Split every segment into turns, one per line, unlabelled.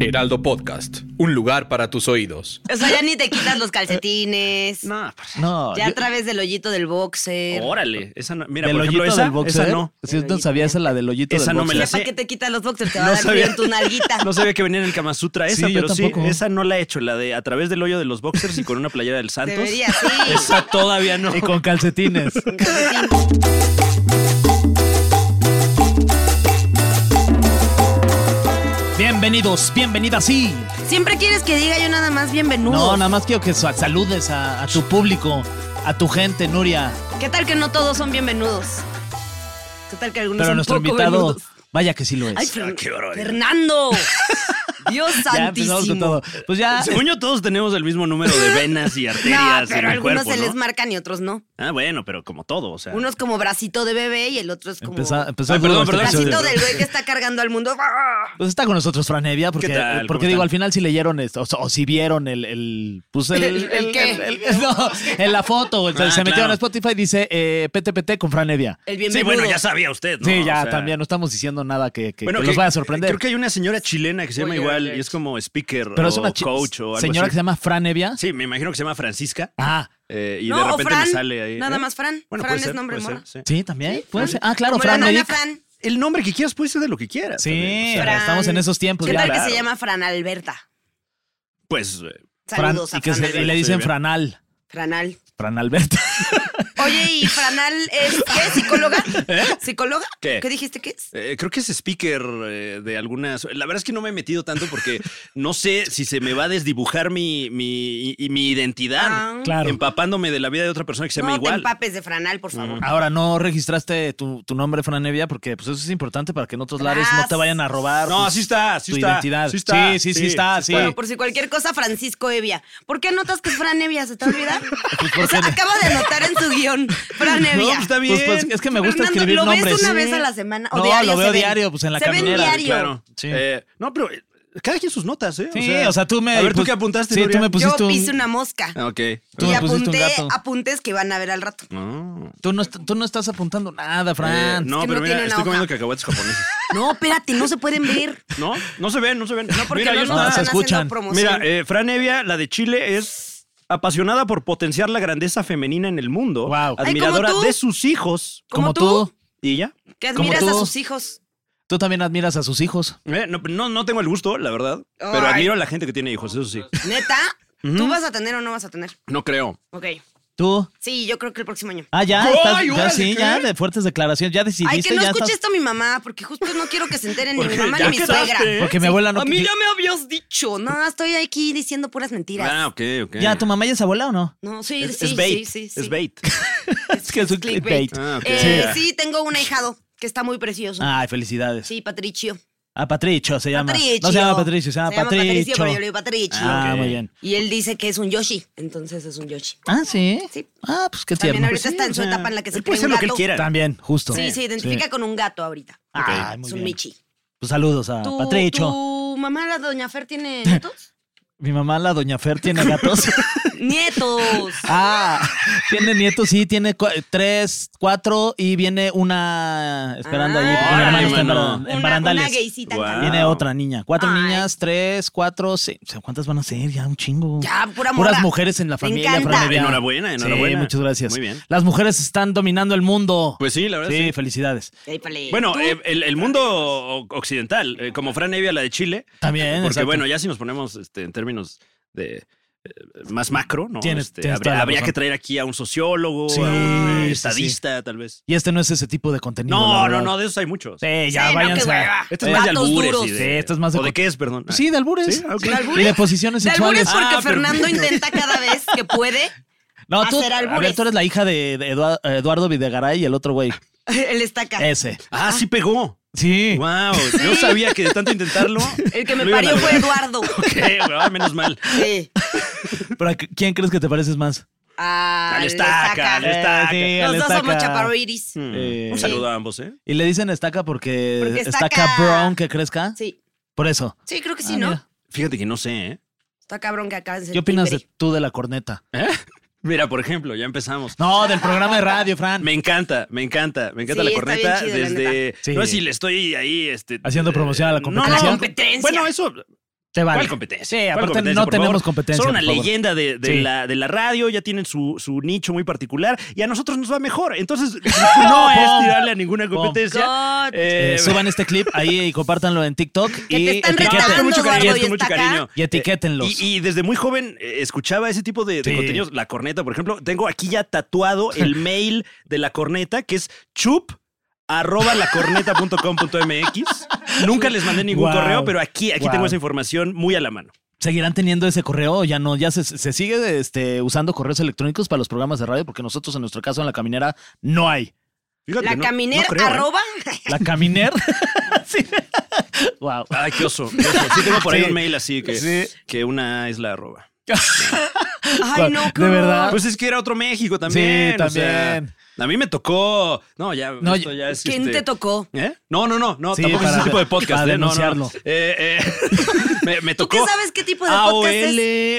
Heraldo Podcast, un lugar para tus oídos.
O sea, ya ni te quitas los calcetines.
No,
No,
ya
yo-
a través del hoyito del boxer.
órale, esa no. Mira,
del
por ejemplo,
hoyito
esa,
del boxer.
esa no.
Si no sabía esa la del hoyito
Esa
del
no me
boxer.
la
Sepa
sé.
que te quitas los boxers, te va
No
a dar
sabía.
bien tu nalguita.
No sabía que venía en el Kama Sutra esa,
Sí, yo
pero sí,
tampoco.
esa no la he hecho, la de a través del hoyo de los boxers y con una playera del Santos.
Debería, sí.
Esa todavía no.
Y con calcetines. Bienvenidos, bienvenidas, sí.
Siempre quieres que diga yo nada más
Uh.
bienvenido.
No, nada más quiero que sa- saludes a, a tu público, a tu gente, Nuria.
¿Qué tal que no todos son bienvenidos? ¿Qué tal que algunos
Pero
son
nuestro
poco
invitado,
venudos?
vaya que sí lo es.
Ay, Fer-
Ah, qué barbaridad.
Fernando. Dios
ya empezamos con
santísimo.
todo. Pues ya,
Según yo, todos tenemos el mismo número de venas y
No,
arterias
pero
en el
algunos
cuerpo,
se
¿no?
les marcan y otros no.
Ah, bueno, pero como todo, o sea.
Uno es como bracito de bebé y el otro es como
empeza- empezó
Ay, perdón,
duro este
perdón.
episodio.
bracito del güey que está cargando al mundo.
Pues está con nosotros Fran Evia, porque,
¿Qué tal?
porque
¿Cómo
digo,
están?
al final si leyeron esto, o, o si vieron el, el pues el,
¿El- el qué?
no, en la foto, o sea,
Ah,
se metieron
claro.
a Spotify, dice eh, PTPT con Fran Evia.
El
Sí,
bienvenido.
bueno, ya sabía usted, ¿no?
sí, ya
O sea,
también, no estamos diciendo nada que, que,
Bueno,
que los
que-
vaya a sorprender.
Creo que hay una señora chilena que se llama
Oye,
igual
Alex.
y es como speaker
Pero
o
es una chi-
coach o algo
señora que
así.
se llama Fran Evia.
Sí, me imagino que se llama Francisca.
Ah,
eh, y
No,
de
o
repente
Fran,
me sale ahí.
nada
¿eh?
más Fran.
Bueno,
Fran
puede
es
ser,
nombre
puede
morra.
ser, sí.
sí, también. puede ser. Ah, claro,
Como la
Fran
nana
Evia.
Fran.
El nombre que quieras puede ser de lo que quieras.
Sí,
también, o sea,
Fran.
estamos en esos tiempos.
¿Qué
ya.
tal que
claro.
se llama Fran Alberta?
Pues eh,
Fran-
Saludos
y
a Fran.
que se- y
Alberta.
le dicen
bien.
Franal.
Franal.
Fran Alberto.
Oye, ¿y Franal es qué? ¿Psicóloga?
¿Eh?
¿Psicóloga?
¿Qué?
dijiste que es?
Eh, creo que es speaker eh, de algunas. La verdad es que no me he metido tanto porque no sé si se me va a desdibujar mi, mi, y- mi identidad
Ah.
Claro.
empapándome de la vida de otra persona que se llama
no te
igual. Mm,
empapes de Franal, por favor.
Ahora no registraste tu, tu nombre, Fran Evia, porque pues eso es importante para que en otros lares no te vayan a robar.
No,
pues,
así está, sí
tu
está.
identidad.
Sí, está,
sí, sí, sí
sí,
está,
sí
sí.
Bueno, por si cualquier cosa, Francisco Evia. ¿Por qué anotas que es Fran Evia? ¿Se te olvida?
Pues, ¿por
o sea,
qué no?
acaba de anotar en su guión Fran
No,
Evia.
pues, está bien.
Pues, pues, es que me gusta
Fernando,
escribir
¿lo ves
nombres.
una vez a la semana? ¿O
no,
diario
lo
se
veo
ven?
diario, pues en la
Se ven
caminera.
diario.
Claro.
Sí.
Eh, no, pero eh, cada quien sus notas, ¿eh?
Sí, o sea, tú me.
A ver, ¿tú
pues,
qué apuntaste?
Sí, tú
Nuria?
me pusiste
Yo
un.
pise una mosca.
Ah, Ok.
Tú
y
me pusiste un
apunté
gato.
apuntes que van a ver al rato.
No,
Tú, no, est- tú no estás apuntando nada,
Eh,
Fran.
no
que
pero
no tiene una
mira, estoy comiendo
hoja.
cacahuates japoneses.
No, espérate, no se pueden ver.
No, no se ven, no se ven. No,
Porque
mira,
no
ahí
nos
está.
están
Se escuchan.
haciendo promoción.
Mira, eh, Fran Evia, la de Chile, es apasionada por potenciar la grandeza femenina en el mundo.
Wow.
Ay,
Admiradora
¿como tú?
de sus hijos.
como
como
tú.
tú.
¿Y ya?
que
como
admiras a
tú.
sus hijos.
Tú también admiras a sus hijos.
Eh, no, no, no tengo el gusto, la verdad. Pero
Ay.
admiro a la gente que tiene hijos, eso sí.
Neta, ¿tú vas a tener o no vas a tener?
No creo.
Ok.
Tú.
Sí, yo creo que el próximo año.
Ah, ya.
¡Ay,
estás- ya
órale,
sí,
qué!
ya. De fuertes declaraciones. Ya decidiste.
Ay, que no
ya
escuche
estás-
esto mi mamá, porque justo no quiero que se enteren ni mi
Porque
mamá
ya
ni mi
quedaste.
suegra.
Porque mi abuela no.
A mí ya me habías dicho. No, estoy aquí diciendo puras mentiras.
Ah, ok, ok.
¿Ya tu mamá ya es abuela o no?
No, sí,
es,
sí,
es bait.
sí, sí, sí.
Es bait.
Es que es un clickbait. Ah.
clickbait.
Ah, ok.
Eh, sí, tengo un ahijado que está muy precioso.
Ay, felicidades.
Sí, Patricio.
Ah, Patricio se llama.
Patricio.
No se llama Patricio, se llama Patricio.
Patricio, pero yo le digo Patricio.
Ah,
Ok.
muy bien.
Y él dice que es un Yoshi, entonces es un Yoshi.
Ah, sí.
Sí.
Ah, pues qué
También
tierno.
ahorita está en su etapa en la que se
Él puede
cree
ser
un
lo que él
gato.
quiera.
También, justo.
Sí, se identifica con un gato ahorita.
Ah, muy
es un
bien.
Michi.
Pues saludos a
¿Tu,
Patricio.
¿Tu mamá, la doña Fer, tiene nietos?
Mi mamá, la doña Fer, tiene gatos.
¡Nietos!
ah, tiene nietos, sí, tiene cu- tres, cuatro y viene una esperando allí. porque mi
Ah,
hermana está en,
mano.
Baran- en
una,
barandales.
Una gaysita
Guau.
encanta.
Viene otra niña. Cuatro
Ay.
niñas, tres, cuatro, seis. ¿Cuántas van a ser? Ya, un chingo.
Ya, pura
Puras
morra.
mujeres en la
Me
familia.
encanta.
Fran Evia.
Enhorabuena, enhorabuena.
Sí, muchas gracias.
Muy bien.
Las mujeres están dominando el mundo.
Pues sí, la verdad.
sí,
sí.
felicidades.
Ey, pale.
Bueno,
¿Tú?
eh, el, el mundo o- occidental, eh, como Fran Evia, la de Chile.
También.
Porque
exacto.
bueno, ya si nos ponemos este, en términos de eh, más macro, ¿no?
Tienes-
Este,
tienes toda
habría
la
habría
razón.
que traer aquí a un sociólogo,
Sí,
a un eh,
sí, sí.
estadista, tal vez.
Y este no es ese tipo de contenido. la
No, no,
verdad.
no, de esos hay muchos.
Sí, ya
Sí, no,
váyanse.
qué
a-
hueva.
Este es más de
Datos
albures.
duros.
y de-
Sí, este es más de
¿O de
co-
qué es, perdón? Ah.
Sí, de albures.
Sí, ok.
Sí,
¿De
Y de posiciones
De albures
sexuales. Ah,
porque
Ah,
Fernando
perfecto.
intenta cada vez que puede.
No, tú,
hacer
a ver,
albures.
tú eres la hija de, de Edua- Eduardo Videgaray y el otro güey.
El estaca.
Ese.
Ah, sí pegó.
Sí.
Wow, yo sabía que de tanto intentarlo.
El que me
lo iban a
parió fue
lograr.
Eduardo.
Ok, bueno, ah, menos mal.
Sí.
¿Pero a qu- quién crees que te pareces más?
Ah,
Al
el
estaca, al
estaca.
estaca.
Eh, sí, al
Los dos somos
estaca.
chaparroiris.
Eh,
Un saludo a ambos, ¿eh?
Y le dicen estaca porque,
Porque
estaca
estaca-
brown que crezca.
Sí.
Por eso.
Sí, creo que sí,
Ah,
¿no?
mira.
Fíjate que no sé, ¿eh?
Está cabrón que acá
¿Qué opinas de- tú de la corneta?
¿Eh? Mira, por ejemplo, ya empezamos.
No, del programa de radio, Fran.
Me encanta, me encanta, me encanta
Sí,
la
está bien
corneta
chido, la
desde.
Sí.
No es si le estoy ahí este,
Haciendo promoción a la
eh, no,
competencia.
no,
La competencia.
Bueno, eso.
Te vale.
¿Cuál competencia?
Sí,
¿Cuál
aparte
competencia,
no
por
tenemos
favor?
competencia.
Son una
por favor.
leyenda de, de
Sí.
la, de la radio, ya tienen su, su nicho muy particular y a nosotros nos va mejor. Entonces, no
Pom.
es tirarle a ninguna
Pom.
competencia.
God.
Eh,
Eh, suban este clip ahí y compártanlo en TikTok.
Que
y
te están
etiqueten-
Con
retando,
mucho
Eduardo,
cariño,
y Eh,
con mucho
está acá.
cariño.
Y etiquétenlos.
Y, y desde muy joven eh, escuchaba ese tipo de, de
Sí.
contenidos. La corneta, por ejemplo, tengo aquí ya tatuado el mail de la corneta, que es chup arroba lacorneta.com.mx. Nunca les mandé ningún
Wow.
correo, pero aquí, aquí
Wow.
tengo esa información muy a la mano.
¿Seguirán teniendo ese correo o ya no? ¿Ya se, se sigue este, usando correos electrónicos para los programas de radio? Porque nosotros, en nuestro caso, en La Caminera, no hay.
Fíjate
La
que no- no
caminera
creo, ¿eh?
arroba.
¿La Caminer? sí. Wow.
Ay, qué oso. qué oso. Sí, tengo por ahí
Sí.
un mail así que,
Sí.
que una es la arroba.
Ay, no, qué
De verdad.
horror.
Pues es que era otro México también.
Ah. Sí,
o sea,
también.
a mí me tocó. No, ya.
No,
esto ya es,
¿Quién
este,
te tocó?
¿Eh? No, no, no, no,
Sí,
tampoco es
para-
ese tipo de podcast.
para
¿eh? No, no, no.
denunciarlo.
Eh, eh, me, me
¿Tú
tocó.
qué sabes qué tipo de podcast es?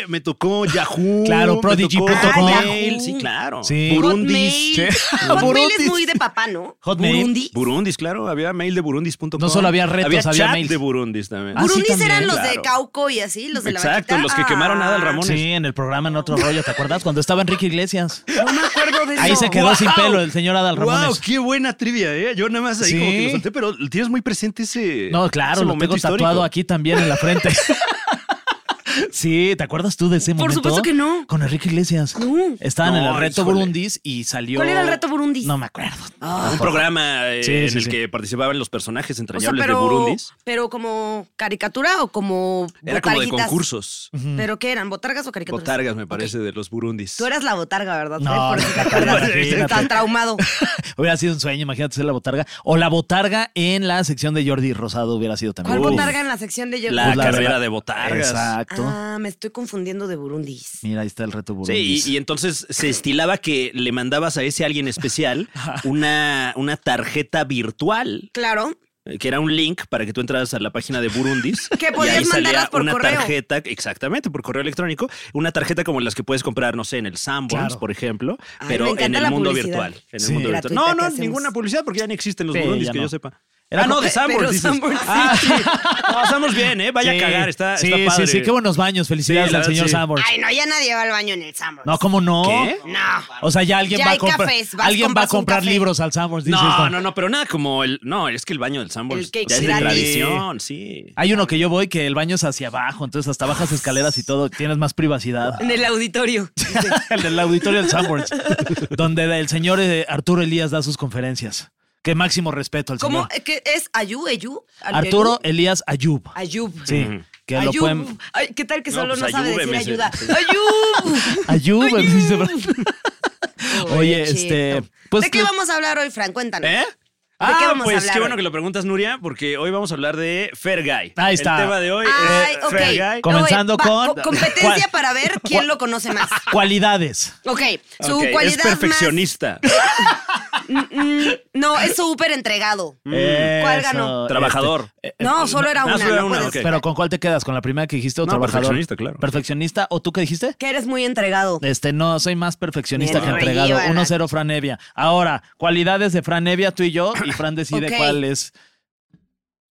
AOL, me tocó Yahoo.
Claro,
me
Prodigy
tocó
punto com.
Hotmail,
Ah,
Sí,
Yahoo.
claro.
Sí.
Burundis.
Hotmail. Hotmail es
Burundis.
muy de papá, ¿no?
Hotmail.
Burundis.
Burundis, claro. Había mail de burundis.com.
No solo había retos, había
chat
mails.
de burundis también.
Ah, sí,
Burundis
también,
eran los de
claro.
Cauco y así, los de la vaquita.
Exacto,
Ah,
los que quemaron a Adal Ramón.
Sí, en el programa en otro rollo, ¿te acuerdas? Cuando estaba Enrique Iglesias.
Ah, No me acuerdo de eso.
Ahí se quedó
¡Guau!
sin pelo el señor Adal Ramones.
Wow, qué buena trivia, ¿eh? Yo nada más ahí como que
Sí.
lo solté, pero tienes muy presente ese.
No, claro,
ese
lo
momento
tengo
histórico.
tatuado aquí también en la frente. sí, ¿te acuerdas tú de ese
Por
momento?
supuesto que no.
Con Enrique Iglesias.
No.
Estaban en
No,
el reto
híjole.
Burundis y salió.
¿Cuál era el reto Burundis? Ah,
No me acuerdo.
Un programa eh,
Sí, sí,
en el
sí.
que participaban los personajes
O sea,
entrañables
pero,
de Burundis.
pero como caricatura o como
Era como de
botarguitas?
concursos.
¿Pero qué eran? ¿Botargas o caricaturas?
Botargas, me parece, de los Burundis.
Tú eras la botarga, ¿verdad?
No,
Fer? Por
no,
eso te
no,
acuerdas.
imagínate.
Estás traumado.
Hubiera sido un sueño, imagínate ser la botarga. O la botarga en la sección de Jordi Rosado hubiera sido también.
¿Cuál
Uf.
botarga en la sección de yo?
La
Pues la
carrera
verdad-
de botargas.
Exacto.
Ah, me estoy confundiendo de Burundis.
Mira, ahí está el reto
Sí,
Burundis.
y, y entonces se estilaba que le mandabas a ese alguien especial una, una tarjeta virtual,
Claro.
eh, que era un link para que tú entraras a la página de Burundis.
Que
y ahí
podías
salía
mandarlas por
una
correo.
tarjeta, exactamente, por correo electrónico, una tarjeta como las que puedes comprar, no sé, en el Sanborns,
Claro.
por ejemplo,
Ay, me
pero en
encanta
el
la
mundo
publicidad.
virtual. En el
Sí.
mundo virtual.
Gratuita
No,
que
no,
hacemos.
ninguna publicidad porque ya no existen los
Sí,
Burundis,
ya
que
no.
yo sepa.
Era
ah, no,
como-
de Sanborns.
pero
dices.
Sanborns, sí.
Ah, sí. No, Sanborns bien, ¿eh? Vaya
Sí.
a cagar, está,
sí,
está padre.
Sí, sí, qué buenos baños. Felicidades
Sí, la
al
verdad,
señor
sí.
Sanborns.
Ay, no, ya nadie va al baño en el Sambor.
No, ¿cómo no?
¿Qué?
No.
O sea, ya alguien
Ya
va a
hay
comprar.
cafés, vas,
alguien va a
compras un
comprar
café.
libros al Sanborns, dices.
No,
tú.
no, no, pero nada como el. No, es que el baño del
El
Sanborns
cake
ya es de
gratis.
tradición, sí.
Hay uno que yo voy que el baño es hacia abajo, entonces hasta bajas escaleras y todo, tienes más privacidad.
En el auditorio.
el del auditorio del Sanborns, donde el señor eh, Arturo Elías da sus conferencias. Qué máximo respeto al
¿Cómo?
señor.
¿Qué es? ¿Ayú? ¿Ayú?
Arturo Elías Ayub.
Ayub.
Sí, que lo
Ayub.
pueden-
Ay, ¿Qué tal que
No,
solo
pues
no sabe
ayúdeme,
decir
sí.
ayuda? ¡Ayub!
Ayub. Oye,
Cheto.
este, pues
¿De qué
lo-
vamos a hablar hoy, Frank? Cuéntanos.
¿Eh?
¿De qué
Ah,
vamos a
pues
hablar
qué
hoy?
bueno que lo preguntas, Nuria, porque hoy vamos a hablar de Fair Guy.
Ahí está.
El tema de hoy
Ay,
es
Ah, ok.
Fair Guy.
Con- Eh, Comenzando
Oye, va,
con-
co- competencia
¿Cuál?
para ver quién lo conoce más.
cualidades.
Ok, su
Ok,
cualidad Este,
es perfeccionista,
más. Mm, no, es súper entregado.
Mm.
Eh,
¿Cuál
Eso,
ganó?
este,
trabajador.
No, solo era
no,
una.
solo era
no
una,
puedes-
ok.
Pero ¿con cuál te quedas? ¿Con la primera que dijiste o
No,
trabajador?
perfeccionista, claro.
Perfeccionista. ¿O tú qué dijiste?
Que eres muy entregado.
Este, no, soy más perfeccionista
Bien,
que entregado.
arriba,
1-0 Fran Evia. Ahora, cualidades de Fran Evia, tú y yo, y Fran decide
Ok.
cuál es.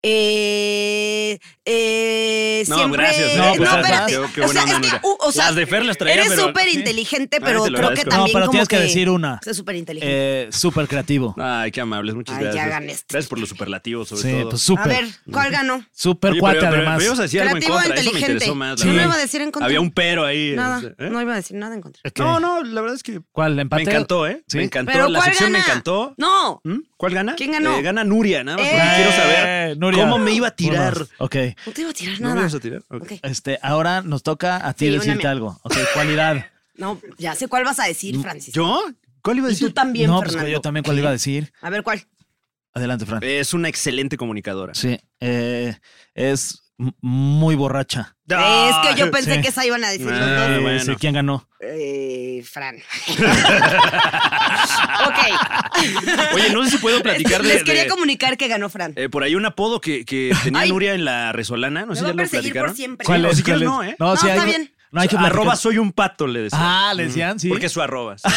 Eh, eh,
No,
siempre.
gracias,
No, pues,
espérate.
qué- qué
o sea,
buena
es
onda,
que,
Nuria.
uh, o sea,
Las de Fer las traía,
eres
pero-
súper inteligente,
Ay,
pero
te lo
creo que
agradezco.
también.
no, pero
como
tienes que, decir una.
Es súper inteligente.
Eh, súper creativo.
Ay, qué amables, muchas
Ay, ya
gracias.
hagan esto.
Gracias por los superlativos, sobre
Sí,
todo.
pues
a ver,
súper.
¿cuál ganó?
Súper
Oye,
cuate,
pero- pero-
además.
pero ibas a decir algo en
Creativo
contra, eso me
inteligente.
interesó más.
Yo
la
no
verdad.
iba a decir en contra.
Había un pero ahí.
Nada,
¿eh?
no iba a decir nada en contra.
Ok.
No, no, la verdad es que
¿Cuál? ¿Empate?
me encantó, ¿eh?
Sí.
Me encantó.
Pero
la
¿cuál
sección me
gana?
encantó.
No.
¿Mm? ¿Cuál gana?
¿Quién ganó?
Eh, gana Nuria, nada más porque
¡Eh!
quiero saber
Nuria.
cómo me iba a tirar.
Unos. Ok.
No te iba a tirar
¿No
nada.
me ibas a tirar? Ok.
Ok.
Este, ahora nos toca a ti
Sí, una
decirte
mía.
algo. Ok, cualidad.
No, ya sé cuál vas a decir, Francis.
¿Yo? ¿Cuál iba a
Y
decir?
tú también,
no, pues
Fernando.
yo también cuál iba a decir.
A ver, ¿cuál?
Adelante, Fran.
Es una excelente comunicadora.
Sí. eh, es m- muy borracha.
es que yo pensé
sí.
que esa iban a decir los
Ah,
dos.
Eh,
bueno.
sí, ¿Quién ganó?
Eh, Fran. ok.
Oye, no sé si puedo platicar de-
Les quería
de-
comunicar que ganó Fran.
Eh, por ahí un apodo que, que tenía
Ay.
Nuria en la resolana. No
Me va
sé si
a
ya lo
perseguir
platicaron.
por siempre.
¿Cuál
pues, No,
es?
si
¿Cuál
quieres,
es?
no, ¿eh?
No,
sí,
está
hay,
bien.
No hay que platicar.
arroba soy un pato, le decía.
Ah, le decían, sí.
Porque es su arroba. sí.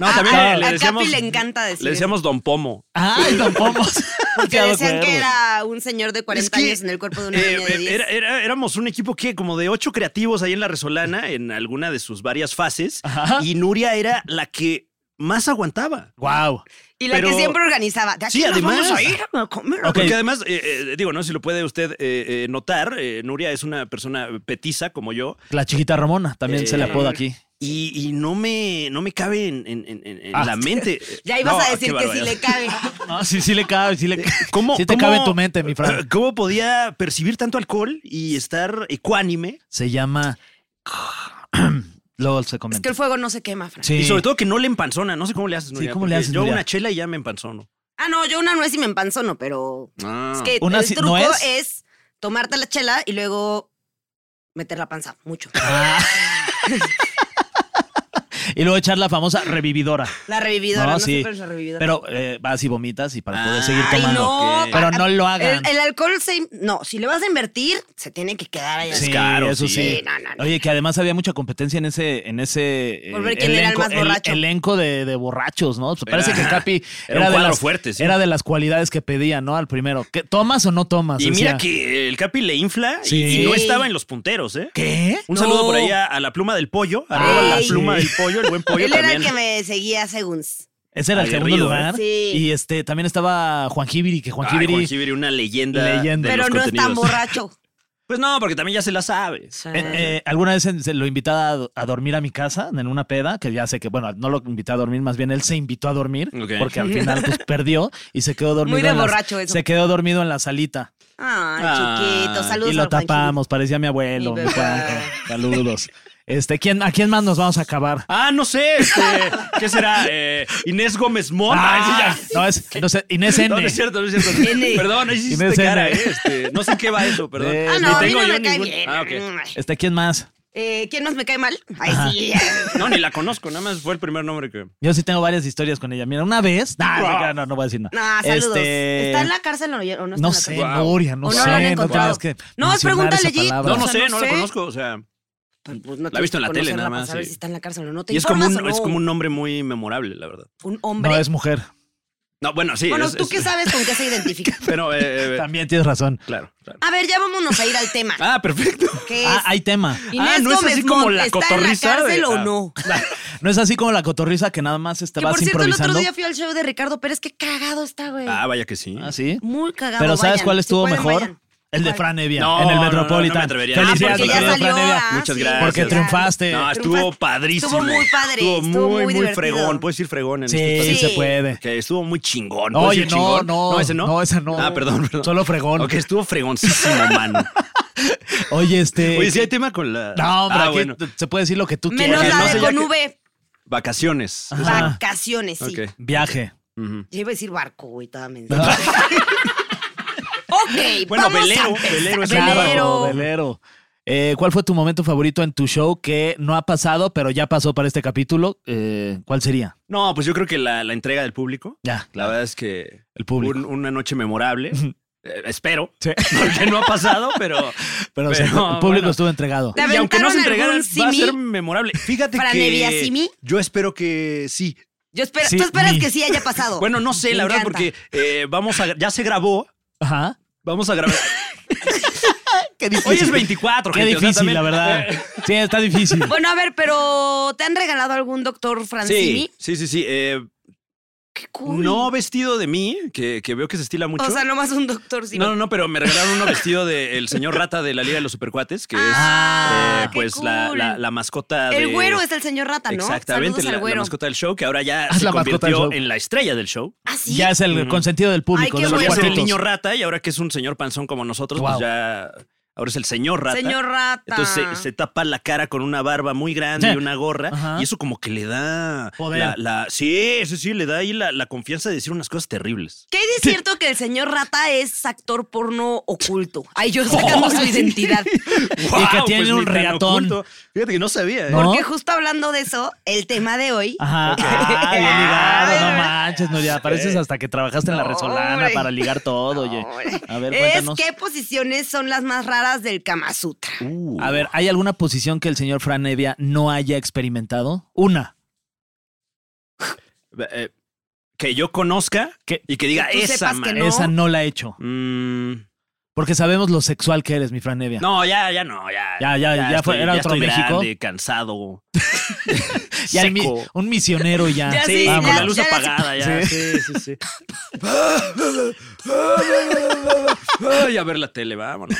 No,
Ah,
también
ah,
le,
a
decíamos.
Capi le encanta decir
le decíamos Don Pomo.
Ah, y tampoco.
Porque decían que era un señor de 40
Es que,
años en el cuerpo de una
eh,
niña de 10.
era- era- éramos un equipo que como de ocho creativos ahí en la Resolana, en alguna de sus varias fases,
Ajá.
y Nuria era la que más aguantaba.
Wow.
y la
pero-
que siempre organizaba. ¿De aquí
Sí,
nos
además.
vamos a ir a comer?
Ok.
Porque además, eh, eh, digo, no sé si lo puede usted eh, eh, notar, eh, Nuria es una persona petiza como yo,
La chiquita Ramona también se le
Eh,
apoda aquí.
y, y no, me, no me cabe en, en- en- en- en
Ah.
la mente.
Ya ibas
No,
a decir
qué
que si
barbaridad.
le cabe.
No, sí, sí le cabe, sí le
¿Cómo,
Sí te
cómo- eh,
cabe en tu mente, mi Fran.
¿Cómo podía percibir tanto alcohol y estar ecuánime?
Se llama. Luego se
Es que
comenta.
el fuego no se quema, Fran.
Sí.
Y sobre todo que no le empanzona. No sé cómo le haces,
Sí,
Nuria.
¿cómo le
porque
haces,
Yo
Nuria?
una chela y ya me empanzono. Ah.
Ah, no, yo una nuez y me empanzono, pero... Es que
Una
el
si-
truco
¿nuez?
es? tomarte la chela y luego meter la panza mucho.
Y luego echar la famosa revividora.
La revividora,
No,
no,
sí.
sé cuál es la revividora.
Pero eh, vas y vomitas y para poder seguir
Ay,
tomando.
no.
ok.
Pero no lo hagan.
El, el alcohol se... No, si le vas a invertir, se tiene que quedar ahí.
Sí,
caro,
eso sí.
sí.
Sí, no, no, no.
Oye, que además había mucha competencia en ese, en ese eh,
Por ver quién era el más borracho.
elenco de, de borrachos, ¿no? Parece
Era-
que Capi
era un
de
cuadro
las,
fuerte, sí.
era de las cualidades que pedía, ¿no? Al primero. ¿Qué, ¿Tomas o no tomas?
Y mira
Decía.
que el Capi le infla y-
Sí.
y, no estaba en los punteros, ¿eh?
¿Qué?
Un
No.
saludo por ahí a, a la pluma del pollo, arroba la
Ey.
pluma del pollo, el buen pollo
Él era
también.
el que me seguía según.
Ese era el segundo
Aguerrido, ¿eh?
lugar.
Sí.
Y este también estaba Juan Gibiri, que Juan
Ay,
Gibiri.
Juan Gibiri, una leyenda.
Leyenda.
de
Pero
los
no es tan
contenidos.
borracho.
Pues no, porque también ya se la sabes.
eh, eh, alguna vez en- se lo invitaba a, do- a dormir a mi casa en una peda, que ya sé que, bueno, no lo invité a dormir, más bien él se invitó a dormir,
Ok.
porque al final pues perdió y se quedó dormido.
Muy de
en las-
borracho eso.
Se quedó dormido en la salita.
Ay,
Ah,
chiquito. Saludos
y lo
al Juanji.
tapamos, parecía mi abuelo,
Mi
mi
bebé.
cuate. Saludos. Este, ¿quién, ¿A quién más nos vamos a acabar?
Ah, no sé, este, ¿qué será? Eh, Inés Gómez Mont.
Ah, no, es, no sé, Inés N.
No, no es cierto, no es cierto.
N.
Perdón, ahí hiciste
Inés N.
cara, ¿eh? Este, no sé qué va eso, perdón.
Eh,
Ah,
Ni
no, a mí
tengo
no
yo
me cae
ningún-
bien.
Ah, ok.
Este, ¿quién más?
Eh, ¿Quién más me cae mal? Ay, sí.
No, ni la conozco, nada más fue el primer nombre que.
Yo sí tengo varias historias con ella. Mira, una vez. Nah, no,
Wow.
no, no voy a decir
No,
nada.
saludos.
Este,
¿Está en la cárcel o no está en
No
la
sé,
cárcel?
Nuria, no
O
sé.
no lo han encontrado.
tenías que
No,
mencionar
pregúntale
esa
allí.
palabra.
No, no
O sea,
sé,
no
no la
sé.
conozco, o sea.
Pues, pues, no
La he visto en la
tienes que
tele,
conocerla
nada
para
más,
saber
sí.
si está en la cárcel o no. ¿Te
Y es como,
informas
un,
o no?
es como un nombre muy memorable, la verdad.
Un hombre.
No, es mujer.
No, bueno, sí.
bueno,
es-
¿tú
es-
qué sabes con qué se identifica?
Pero, eh, eh,
También tienes razón.
claro, claro.
A ver, ya vámonos a ir al tema.
Ah, perfecto.
¿Qué es?
Ah, hay tema.
Inés
ah, no es
Gómez
así como
Montt,
la
¿está
cotorriza
en la cárcel
de-
o
ah.
no?
No es así como la cotorriza que nada más te
Que
vas
por cierto, el otro
improvisando.
día fui al show de Ricardo Pérez. Qué cagado está, güey.
Ah, vaya que sí.
Ah, sí.
Muy cagado.
Pero ¿sabes
vayan.
cuál
Si
estuvo
pueden,
mejor?
vayan.
El de
¿Cuál?
Fran Evia,
No,
en el
no, no, no me
Metropolitan.
atrevería.
Ah,
Felicidades,
porque
mi
ya
querido
salió.
Fran Evia.
ah,
Muchas
sí,
gracias.
Porque triunfaste.
No, estuvo
pues,
Triunfaste.
padrísimo.
Estuvo muy padre.
Estuvo muy,
estuvo
muy,
muy divertido.
fregón. Puedo decir fregón en este
Sí,
espacio?
se
Sí.
puede.
Que estuvo muy chingón. ¿Puedo
Oye,
decir
no,
chingón?
no.
No, ese no.
No, esa no.
Ah, perdón, perdón.
Solo fregón.
Ok, estuvo fregoncísimo, mano.
Oye, este.
Oye, si hay tema con la.
No, hombre,
Ah,
aquí
bueno.
t- se puede decir lo que tú
Menos
Porque
la
quieras.
no sé
de
ya
con
que-
V.
Vacaciones.
Ajá.
Vacaciones, sí.
Ok.
Viaje.
Ujú.
Yo iba a decir barco, güey, toda mensa. ok,
Bueno,
vamos
velero,
a empezar.
velero es
Claro,
Pues velero.
velero. Eh, ¿Cuál fue tu momento favorito en tu show que no ha pasado, pero ya pasó para este capítulo? Eh, ¿Cuál sería?
No, pues yo creo que la, la entrega del público.
Ya,
La verdad es que
El público.
un- una noche memorable. Eh, espero.
Sí.
Porque no ha pasado, pero.
Pero, o sea, el
pero,
público
bueno.
estuvo entregado.
¿Te
Y aunque no se
aventaron
entregaran,
algún
va a ser
simi?
memorable. Fíjate
¿Fran Evia
que.
simi?
Yo espero que sí.
Yo espero,
Sí,
tú esperas
mi-
que sí haya pasado.
Bueno, no sé,
Oh, Me
la verdad,
encanta.
porque eh, vamos a. Ya se grabó.
Ajá.
Vamos a grabar.
Qué
Hoy es 24,
Qué
gente, o sea,
difícil,
también- eh, Pues
la verdad. Sí, está difícil.
Bueno, a ver, pero ¿te han regalado algún doctor Francini?
Sí, sí, sí, sí. eh,
Qué cool.
No vestido de mí, que, que veo que se estila mucho.
O sea, nomás un doctor Simi.
no, no, no, pero me regalaron uno vestido del señor rata de la Liga de los Supercuates, que es
Ah,
eh,
qué
pues la,
cool.
la- la mascota de-
El güero es el señor rata, ¿no?
Exactamente,
Saludos
la,
al
la
güero.
mascota del show, que ahora ya
Ah, es
se
la mascota del
convirtió
show.
en la estrella del show.
¿Ah, sí?
Ya es el consentido del público,
Ay, qué
de los
Solía
bueno.
ser el
cuatitos.
niño rata y ahora que es un señor panzón como nosotros,
Wow.
pues ya Ahora es el señor rata.
Señor rata.
Entonces se, se tapa la cara con una barba muy grande
Sí.
y una gorra.
Ajá.
Y eso como que le da...
Poder.
La, la- sí, sí, sí, le da ahí la, la confianza de decir unas cosas terribles.
¿Qué hay de cierto que el señor Rata es actor porno oculto? Ay, yo sacamos su identidad.
Y que tiene un
pues ni tan
riatón.
oculto. Fíjate que no sabía. ¿eh?
No.
Porque justo hablando de eso, el tema de hoy.
Ajá. Ah, bien ligado, no
Ay,
manches, Nuria. Pareces hasta que trabajaste en la
No,
resolana
hombre.
para ligar todo, oye. A ver,
es
cuéntanos.
qué posiciones son las más raras del Kama Sutra.
Uh.
A ver, ¿hay alguna posición que el señor Fran Evia no haya experimentado? Una.
Eh, que yo conozca
Que-
y que diga
Que tú
esa
sepas que
madre".
No.
Esa no la he hecho.
Mm,
Porque sabemos lo sexual que eres, mi Fran Evia.
no, ya, ya no, ya.
Ya, ya, ya fue- era otro
estoy
México.
grande, cansado.
Ya el mi-
seco.
un misionero ya.
Ya sí,
con
Vámonos.
la luz
ya la-
apagada, ya. Sí, sí, sí. Ay, a ver la tele, vámonos.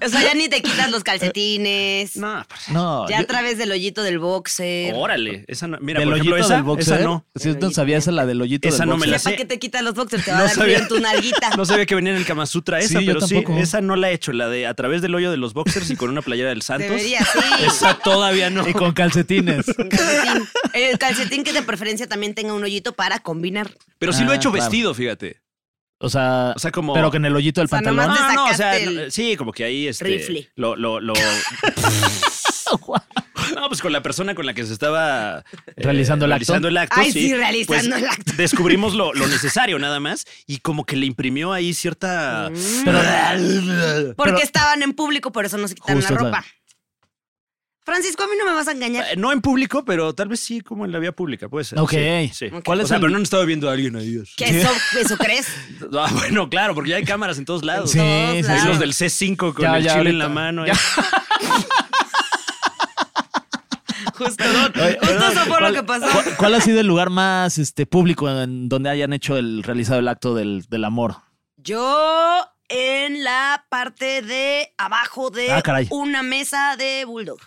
O sea, ya ni te quitas los calcetines.
No,
No,
ya
yo-
a través del hoyito del boxer.
órale. Esa no, mira,
del
por ejemplo,
hoyito
esa,
del boxer.
esa no.
Si no sabía esa, la del hoyito
Esa
del
no me
boxer.
la
Ya
sé.
para qué te quitas los boxers, te va
No
a dar
sabía.
frío en tu nalguita.
No sabía que venía en el Kama Sutra esa,
Sí, yo
pero sí,
tampoco.
esa no la he hecho, la de a través del hoyo de los boxers y con una playera del Santos.
Debería, sí.
Esa todavía no.
Y con calcetines.
Un calcetín. El calcetín que de preferencia también tenga un hoyito para combinar.
Pero sí lo he
Ah,
hecho
claro.
vestido, fíjate.
O sea,
O sea, como-
pero que en el hoyito del
sea,
pantalón.
nomás-
No, no, o sea,
sacaste
no,
el
sí, como que ahí este
rifle.
Lo, lo, lo. no, pues con la persona con la que se estaba eh,
Realizando el acto.
realizando el acto.
Ay, sí, realizando el acto.
Pues, Descubrimos lo, lo necesario nada más y como que le imprimió ahí cierta.
Pero-
Porque
pero-
estaban en público, por eso no se quitaron
Justo,
la
claro.
ropa. Francisco, a mí no me vas a engañar.
Eh, No en público, pero tal vez sí como en la vía pública, puede ser.
Ok.
Sí, sí.
Ok. ¿Cuál
O
es
sea,
el-
pero no han estado viendo a alguien ahí. así.
¿Qué eso, eso crees?
Ah, bueno, claro, porque ya hay cámaras en todos lados.
Sí,
Todos
sí,
Ahí
lados.
sí.
los del C5 con
Ya,
el
ya,
chile en la
ahorita.
mano. eh.
Ya.
Justo, justo eso fue lo que pasó.
¿Cuál, cuál ha sido el lugar más este, público en donde hayan hecho el realizado el acto del, del amor?
Yo en la parte de abajo de
Ah, caray.
una mesa de bulldog.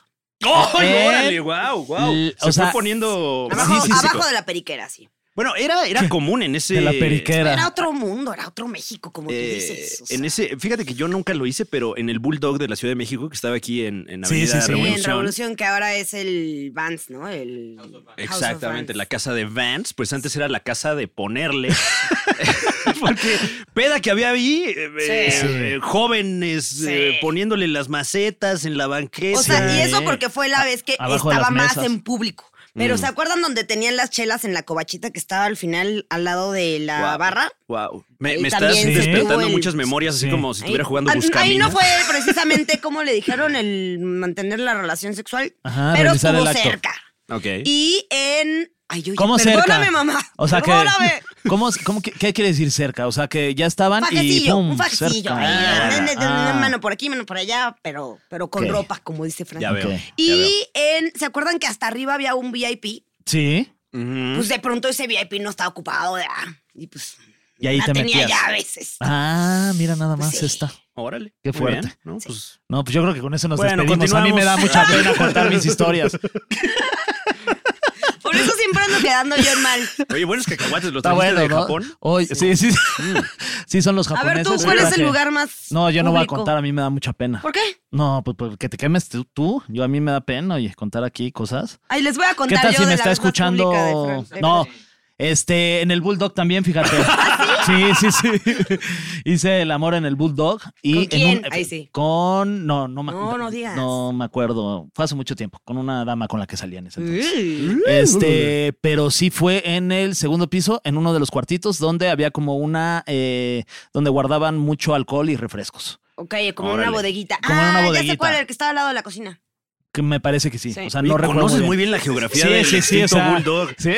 ¡Ay,
Eh,
órale! ¡Guau, guau!
l-
Se
o sea,
fue poniendo...
Abajo,
sí, sí.
abajo de la periquera, sí.
Bueno, era, era común en ese...
De la periquera.
Era otro mundo, era otro México, como
eh,
tú dices. o sea.
en ese, fíjate que yo nunca lo hice, pero en el Bulldog de la Ciudad de México, que estaba aquí en, en
Sí,
Avenida
Sí,
sí, sí.
Revolución.
en Revolución, que ahora es el Vans, ¿no? El
Exactamente, la casa de Vance, pues antes era la casa de ponerle. Porque peda que había ahí, eh, eh,
Sí.
eh, jóvenes eh, poniéndole las macetas en la banqueta.
O sea,
Sí.
y eso porque fue la vez que
abajo de
estaba
las
más
mesas. Mm.
en público. Pero ¿se acuerdan donde tenían las chelas en la covachita que estaba al final al lado de la
Guau.
barra?
Wow. Me,
Ahí
me estás
también
se
despertando
estuvo el-
muchas memorias, así
Sí.
como si estuviera jugando
Ah,
Buscaminas.
ahí no fue precisamente como le dijeron el mantener la relación sexual,
Ajá,
pero
realizar
estuvo
el acto.
cerca.
Ok.
Y en. Ay, oye,
¿Cómo cerca?
perdóname, mamá.
O sea que.
Perdóname.
¿Cómo, cómo- qué, qué quiere decir cerca? O sea que ya estaban y
Fajecillo,
pum,
un fajecillo.
cerca.
ahí, de- de- de-
Ah,
Una mano por aquí, mano por allá, pero, pero con
Ok.
ropa, como dice Fran.
Ya veo.
Ok.
ya veo.
Y en. ¿Se acuerdan que hasta arriba había un VIP?
Sí.
Ujú.
Pues de pronto ese VIP no estaba ocupado, ya. Y pues.
Y ahí
la
te
tenía
metías.
ya a veces.
Ah, mira nada
Pues
más
sí.
esta.
Órale.
Qué
Muy
fuerte.
bien, ¿no? Pues,
No, pues yo creo que con eso nos
Bueno,
despedimos. A mí me da
continuamos.
mucha pena contar mis historias.
Por eso siempre ando quedando yo en mal.
Oye, buenos cacahuates, los
Está
trajiste
bueno,
de
¿no?
Japón.
Hoy- sí, sí. Sí, son los
A
japoneses.
ver, tú, ¿cuál es el
Traje-
lugar más.
No, yo no voy a
público?
contar, a mí me da mucha pena.
¿Por qué?
No, pues, pues, que te quemes tú, tú. Yo a mí me da pena, oye, contar aquí cosas.
Ay, les voy a
¿Qué
contar
tal
yo
si
de
me
la
está
vez más pública de
escuchando?
Fran. De
No.
Fran.
Este, en el Bulldog también, fíjate.
¿Ah,
Sí, sí, sí. Hice el amor en el Bulldog y
¿Con
en
quién?
un- eh,
Ahí sí.
con no, no me
No, no digas.
No me acuerdo, fue hace mucho tiempo, con una dama con la que salía en
¿Eh?
ese entonces.
Uy.
Este, pero sí fue en el segundo piso, en uno de los cuartitos, donde había como una, eh, donde guardaban mucho alcohol y refrescos.
Ok, como
Órale.
una bodeguita.
Como en una
ah, ya
bodeguita.
sé cuál, el que estaba al lado de la cocina.
Que me parece que sí.
Sí.
O sea,
Oye,
no recuerdo.
conoces muy bien la geografía del extinto
o sea,
Bulldog.
sí.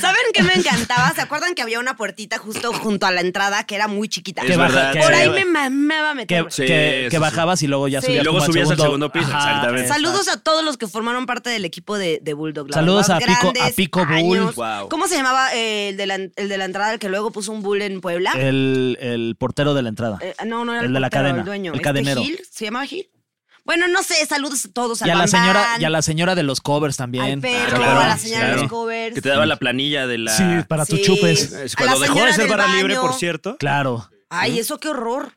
¿Saben qué me encantaba? ¿Se acuerdan que había una puertita justo junto a la entrada que era muy chiquita?
Es
Que baja-
verdad,
que-
Por
sí.
ahí me mamaba
Que,
meter.
Sí,
que-
sí,
que
sí.
bajabas y luego ya
Sí.
subías.
Y luego
como
subías al segundo piso, exactamente.
Saludos a todos los que formaron parte del equipo de, de Bulldog. la
Saludos
verdad,
a Pico- a
grandes
Pico Bull.
años.
Guau.
¿Cómo se llamaba eh, el, de la, el de la entrada, el que luego puso un bull en Puebla?
El, el portero de la entrada.
Eh, no, no era
Eh, el de la
portero,
cadena,
el dueño.
el
Este
cadenero.
Gil, ¿Se llamaba Gil? Bueno, no sé, saludos a todos.
Y a,
al
la
Bam
señora,
Bam,
y a la señora de los covers también.
Al Pedro,
claro,
a la señora de los
claro.
covers.
Que te daba la planilla de la.
Sí, para tus
Sí.
chupes.
Es
A
cuando
la
dejó
señora
de ser
del
barra libre,
baño.
por cierto.
Claro.
Ay, eso qué horror.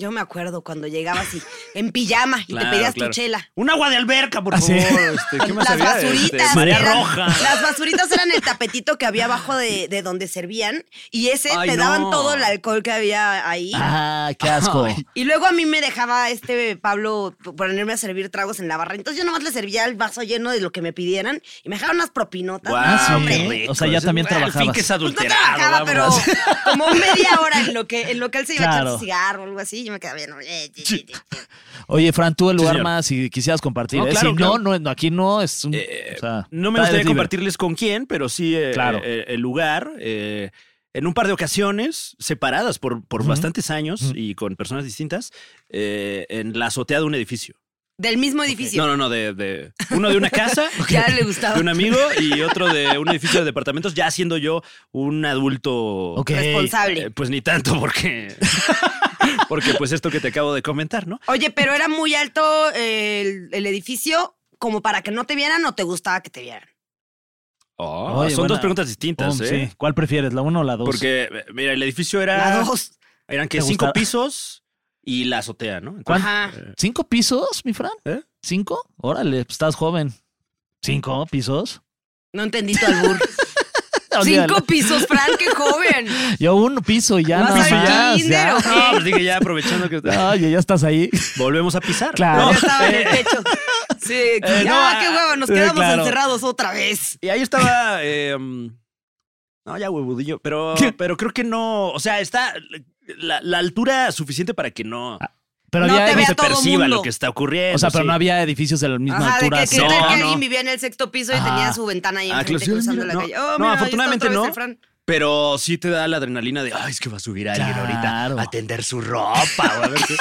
Yo me acuerdo cuando llegabas y en pijama y
Claro,
te pedías
claro.
tu chela.
Un agua de alberca, por
Ah, sí.
favor. Este, ¿Qué más
Las
había?
basuritas.
Este, María
eran-
Roja.
Las basuritas eran el tapetito que había abajo de, de donde servían. Y ese
Ay,
te daban
no.
todo el alcohol que había ahí.
Ah, qué asco.
Y luego a mí me dejaba este Pablo ponerme a servir tragos en la barra. Entonces yo nomás le servía el vaso lleno de lo que me pidieran y me dejaban unas propinotas.
Guau,
Ah, sí.
qué
O sea, ya
Ese-
también
Al fin
trabajabas.
que es
Pues no
adulterado.
pues, trabajaba, pero como
vámonos.
media hora en lo que, en lo que él se iba a echar
Claro.
su cigarro o algo así, yo me quedaba viendo. eh, eh, eh, eh.
Oye, Fran, tú el lugar
señor.
más si quisieras compartir.
No,
¿eh?
claro,
si
claro.
no, no, aquí no es un-
Eh,
o sea,
no me
está-
gustaría
eres libre.
compartirles con quién, pero sí eh,
Claro.
eh, el lugar. eh, en un par de ocasiones, separadas por, por
Ujú.
bastantes años
Ujú.
y con personas distintas, eh, en la azotea de un edificio.
Del mismo edificio.
No, no, no, de, de- uno de una casa,
Ya le gustaba.
de un amigo y otro de un edificio de departamentos, ya siendo yo un adulto.
Ok.
Responsable.
eh, pues ni tanto, porque. Porque pues esto que te acabo de comentar, ¿no?
Oye, pero era muy alto eh, el, el edificio como para que no te vieran o te gustaba que te vieran.
Oh,
Oye,
son
buena.
dos preguntas distintas,
Pum,
¿eh?
sí. ¿Cuál prefieres, la uno o la dos?
Porque, eh, mira, el edificio era.
La dos.
Eran que
¿Te
cinco
gusta?
pisos y la azotea, ¿no?
¿Cuán-
Ajá.
¿Cinco pisos, mi Fran?
¿Eh?
¿Cinco? Órale, pues estás joven. ¿Cinco pisos?
No entendí tu albur.
Olvídalo.
Cinco pisos, Fran, qué joven.
Yo un piso y ya
¿Vas
nada
al
más.
kinder
ya.
o
No, pues dije ya aprovechando que
Oye, ya estás ahí.
volvemos a pisar.
Claro.
No,
Ya estaba en
eh,
el techo. Sí,
eh, no,
ah,
ah,
qué huevo, nos
eh,
quedamos
claro.
encerrados otra vez.
Y ahí estaba. eh, mm, no, ya huevudillo. Pero, pero creo que no. O sea, está la, la altura suficiente para que no,
Pero
No
había
te
no
vea
se
todo
perciba
mundo.
lo que está ocurriendo.
Ah, O sea, pero
sí.
no había edificios de la misma
Ajá, de
altura.
que,
así.
que tal que
No,
alguien
no.
vivía en el sexto piso y
Ajá.
tenía su ventana ahí
Ah,
enfrente
claro, sí,
cruzando
mira,
la
no.
calle.
No,
Oh, mira, ahí está
afortunadamente
otra vez
no.
el Fran.
Pero sí te da la adrenalina de, ay, es que va a subir alguien
Claro.
ahorita a tender su ropa. o a ver qué".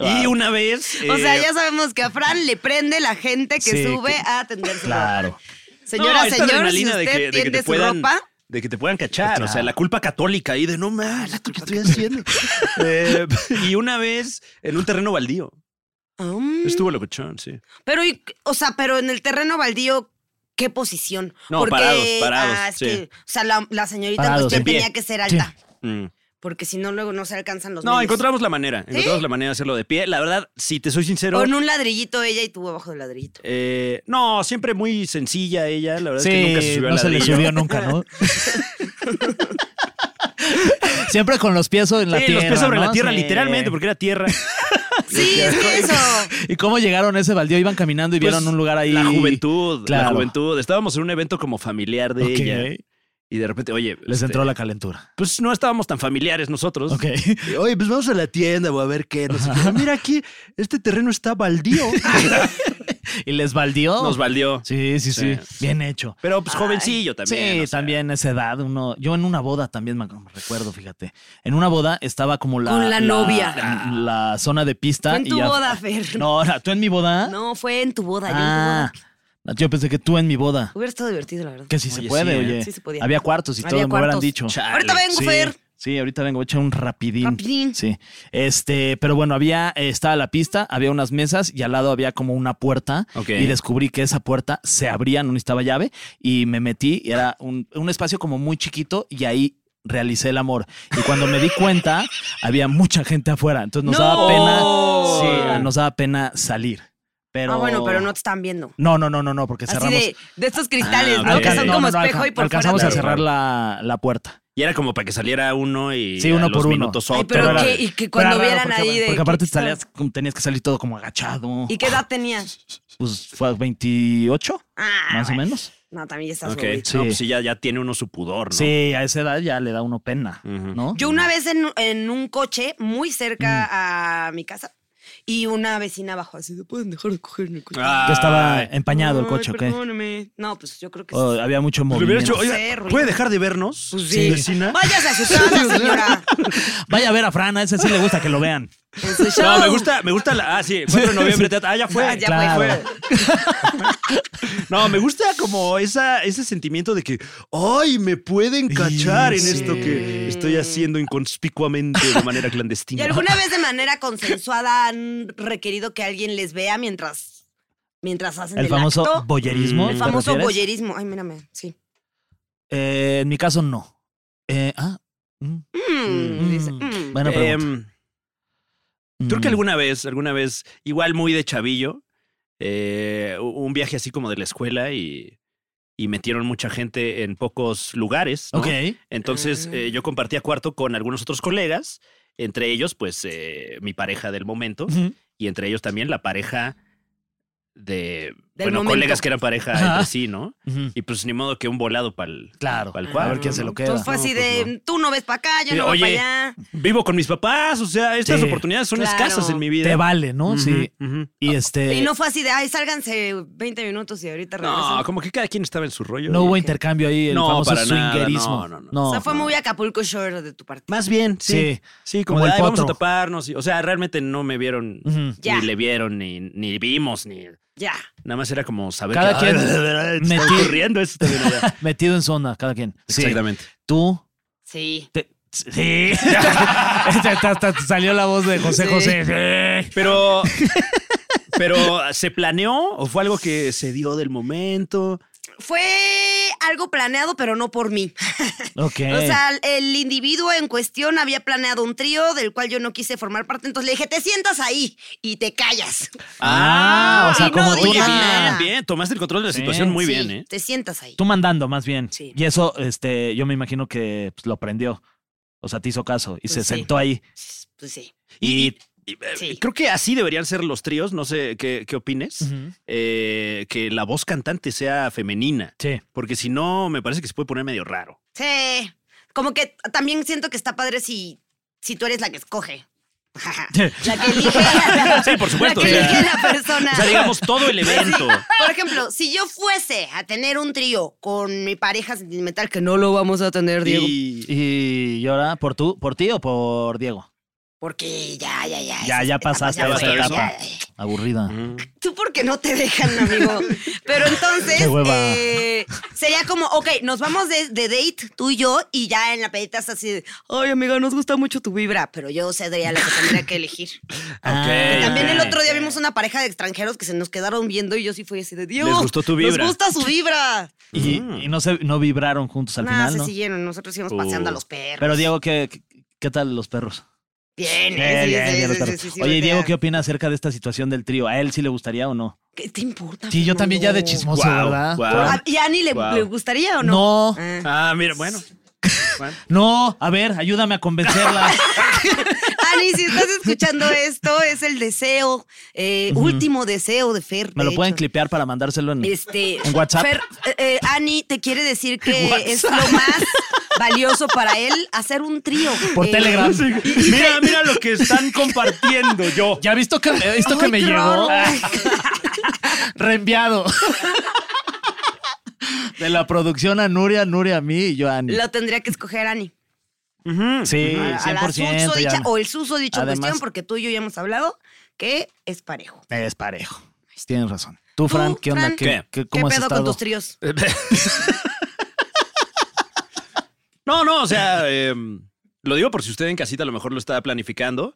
y una vez.
O sea,
eh,
ya sabemos que a Fran le prende la gente que
Sí,
sube
que-
a atender su
Claro.
ropa. Señora,
No, esta
señor, si
adrenalina
usted
de que- de que
tiende
te
su
puedan-
ropa,
De que te puedan cachar, o sea,
Claro.
la culpa católica ahí de no más, ¿esto qué estoy haciendo? Eh, y una vez en un terreno baldío.
Mm,
Estuvo locochón, sí.
pero, y- o sea, pero en el terreno baldío, ¿qué posición?
No, parados, parados,
ah, es
sí.
que, o sea, la, la señorita en
Parados,
cuestión
de pie.
tenía que ser alta,
Mm.
porque si no, luego no se alcanzan los
No,
medios.
encontramos la manera. Encontramos la manera de hacerlo de pie. La verdad, si te soy sincero.
Con un ladrillito ella y tú abajo del ladrillito.
eh, no, siempre muy sencilla ella. La verdad
Sí,
es que nunca se subió
no
al
se le
ladrillo.
subió nunca, ¿no? Siempre con los pies en la
Sí,
tierra.
los pies sobre
¿no?
la tierra,
Sí.
literalmente, porque era tierra.
Sí, es que eso.
¿Y cómo llegaron a ese baldío? Iban caminando y vieron
Pues,
un lugar ahí.
La juventud, la
Claro.
juventud. Estábamos en un evento como familiar de
Ok.
ella. Y de repente, oye,
Les
este,
entró la calentura.
pues no estábamos tan familiares nosotros.
Ok.
Y, Oye, pues vamos a la tienda o a ver qué. no sé qué. Ah, Mira aquí, este terreno está baldío.
¿Y les baldió?
Nos baldió.
Sí, sí, sí, Bien hecho.
Pero pues jovencillo también.
sí,
o sea.
también esa edad. Uno, yo en una boda también me ac- recuerdo, fíjate. En una boda estaba como la.
Con la novia.
La, la zona de pista.
Fue en
y
tu
ya-
boda, Fer. No.
No, ahora, ¿tú en mi boda?
fue en tu boda. yo en tu
Ah,
boda.
no, yo pensé que tú en mi boda.
Hubiera estado divertido, la verdad.
Que si
Oye,
se puede,
sí, ¿eh?
oye.
Sí se podía.
Había cuartos y
Había
todo, me hubieran
cuartos.
dicho.
Chale.
Ahorita vengo,
Sí.
Fer.
Sí, ahorita vengo, voy a echar un rapidín.
Rapidín.
Sí. Este, pero bueno, había, eh, estaba la pista, había unas mesas y al lado había como una puerta.
Ok.
Y descubrí que esa puerta se abría, no necesitaba llave. Y me metí y era un, un espacio como muy chiquito y ahí realicé el amor. Y cuando me di cuenta, había mucha gente afuera. Entonces nos
¡No!
daba pena. Sí, nos daba pena salir. Pero.
Ah, bueno, pero no te están viendo.
No, no, no, no, no, porque
Así
cerramos.
de, de estos cristales,
Ah,
¿no?
ok.
Que son
No,
como
no, no,
espejo
alca-
y por
alcanzamos
fuera.
a cerrar la, la puerta.
Y era como para que saliera uno y.
Sí, uno
a los
por uno.
minutos
Ay,
otro.
pero
Era-
que- y que cuando
Pero era
vieran
raro porque,
ahí de
Porque
que-
aparte salías, como tenías que salir todo como agachado.
¿Y qué edad tenías?
Pues fue a 28,
Ah,
más o
bueno.
menos.
No, también ya estás
Ok,
huevito.
no,
Sí.
pues sí, ya, ya tiene uno su pudor, ¿no?
Sí, a esa edad ya le da uno pena,
Ujú.
¿no?
Yo una vez en, en un coche muy
Mm.
cerca a mi casa y una vecina bajó así, ¿se pueden dejar de coger en el coche?
Ah,
que estaba
Ay.
empañado el
Ay,
coche, Oh, ¿ok?
perdóneme. No, pues yo creo que
O
sí.
había mucho
Pues Le hubiera
movimiento.
hecho,
No sé,
oye,
ruido.
¿puede dejar de vernos?
Pues sí.
Vecina.
Váyase a su casa, señora.
Vaya a ver a Fran, a ese sí le gusta que lo vean.
en su show.
No, me gusta, me gusta la. Ah, sí, 4 de noviembre. teatro. Ah, ya fue.
Ah, ya
Claro.
fue.
No, me gusta como esa, ese sentimiento de que, ay, me pueden cachar en
sí.
esto que estoy haciendo inconspicuamente de manera
¿Y
clandestina.
alguna vez de manera consensuada han requerido que alguien les vea mientras, mientras hacen el,
El famoso
acto?
boyerismo.
El
¿te
famoso
refieres?
boyerismo. Ay, mírame, sí.
Eh, en mi caso, no. Eh, ah. mm,
Mm, dice,
mm,
mm.
Buena pregunta.
Em, Creo que
Mm.
alguna vez, alguna vez, igual muy de chavillo, eh, u- un viaje así como de la escuela y, y metieron mucha gente en pocos lugares. ¿no?
Ok.
Entonces
Ah.
eh, yo compartía cuarto con algunos otros colegas, entre ellos pues eh, mi pareja del momento
Ujú.
y entre ellos también la pareja de,
Del
bueno,
momento.
colegas que eran pareja
Ajá.
entre sí, ¿no?
Ujú.
Y pues ni modo que un volado para el
Claro.
Pa'l
a
cuadro,
ver quién se lo
¿no?
queda.
Entonces fue así
No, pues
de, tú no ves para acá, yo
Sí,
no voy
oye,
para allá.
Vivo con mis papás, o sea, estas
Sí.
oportunidades son
Claro.
escasas en mi vida.
Te vale, ¿no?
Ujú,
Sí.
ujú.
Y este.
Y
no,
no fue así de, ay, sálganse 20 minutos y ahorita regresan.
No, como que cada quien estaba en su rollo.
hubo intercambio ahí, el
No,
famoso
para nada,
swingerismo.
no, no, no.
o sea, fue muy Acapulco Shore de tu parte.
Más bien, sí.
Sí.
Sí, como,
Como
de,
el
"Ay, vamos a
potro".
taparnos. y- O sea, realmente no me vieron,
Ujú.
Ya.
ni le vieron, ni, ni vimos, ni.
Ya.
Nada más era como saber
Cada
que,
quien
"Ay, está
metió-
ocurriendo eso también allá".
Metido en zona, cada quien. Sí.
Exactamente.
Tú.
Sí.
te- sí. Hasta- hasta salió la voz de José
Sí.
José. Sí.
Pero. Pero, ¿se planeó o fue algo que se dio del momento?
Fue algo planeado, pero no por mí.
Ok.
O sea, el individuo en cuestión había planeado un trío del cual yo no quise formar parte, entonces le dije, te sientas ahí y te callas.
Ah, o sea,
y no
como tú,
Oye,
digas
bien,
nada.
bien. Tomaste el control de la
Ah. Sí.
situación muy
Sí,
bien, ¿eh?
Te sientas ahí.
tú mandando, más bien.
Sí.
Y eso, este, yo me imagino que pues, lo aprendió. O sea, te hizo caso y se
Pues sí.
sentó ahí.
Pues sí.
Y, y, eh,
Sí.
creo que así deberían ser los tríos. No sé qué, qué opines.
Ujú.
Eh, que la voz cantante sea femenina.
Sí.
Porque si no, me parece que se puede poner medio raro.
Sí. Como que también siento que está padre si, si tú eres la que escoge. la que elige.
Sí, por supuesto,
La que
o sea.
elige la persona.
O sea, digamos todo el evento.
Por ejemplo, si yo fuese a tener un trío con mi pareja sentimental, que no lo vamos a tener, Diego,
Y,
Y, y ahora, ¿por, tú, ¿por ti o por Diego?
porque ya, ya, ya.
Ya,
esas
ya
etapas
pasaste
ya
esa
fueron,
etapa.
ya, ya.
Aburrida.
Tú porque no te dejan, amigo. Pero entonces
Qué hueva.
eh, sería como, ok, nos vamos de, de date tú y yo y ya en la pedita es así de, ay amiga, nos gusta mucho tu vibra, pero yo sería la que tendría que elegir.
Ah,
También el
ok.
otro día vimos una pareja de extranjeros que se nos quedaron viendo y yo sí fui así de Dios.
Les gustó tu vibra".
Nos gusta su vibra.
Y,
Mm.
y no, se, no vibraron juntos al
Nah,
final,
se
¿no?
siguieron. Nosotros íbamos paseando a los perros.
Pero Diego, ¿qué, qué, qué tal los perros?
Bien,
Bien,
eh, sí,
bien,
sí,
bien,
sí,
los perros.
sí, sí, sí,
Oye, ¿y
voltea.
Diego, ¿qué opina acerca de esta situación del trío? ¿A él sí le gustaría o no?
¿Qué te importa?
Sí, yo también ya de
Fernando?
chismoso,
Guau,
¿verdad?
guau.
Ah, ¿Y a Ani le,
Wow.
le gustaría o no?
No,
Ah.
Ah, mira, bueno. Bueno.
no, a ver, ayúdame a convencerla.
Ani, si estás escuchando esto, es el deseo, eh, último deseo de Fer.
¿Me
de
lo pueden
hecho.
clipear para mandárselo en,
Este,
en WhatsApp?
Fer, eh, eh, Ani te quiere decir que es lo más valioso para él hacer un trío.
Por
Eh,
Telegram.
Mira, mira lo que están compartiendo yo.
¿Ya visto que, esto que
Ay,
me Ah.
qué
llegó?
horror.
Reenviado. De la producción a Nuria, Nuria a mí y yo a Ani.
Lo tendría que escoger Ani.
Sí,
A- a la
100%. ya
susodicha
no.
o el suso dicho
Además-
cuestión, porque tú y yo ya hemos hablado que es parejo.
Es parejo. Tienes razón. Tú, Fran, ¿qué onda?
Fran?
¿Qué, qué-
¿Qué
cómo has
pedo
estado?
con tus tríos?
No, no, o sea, em, lo digo por si usted en casita a lo mejor lo está planificando.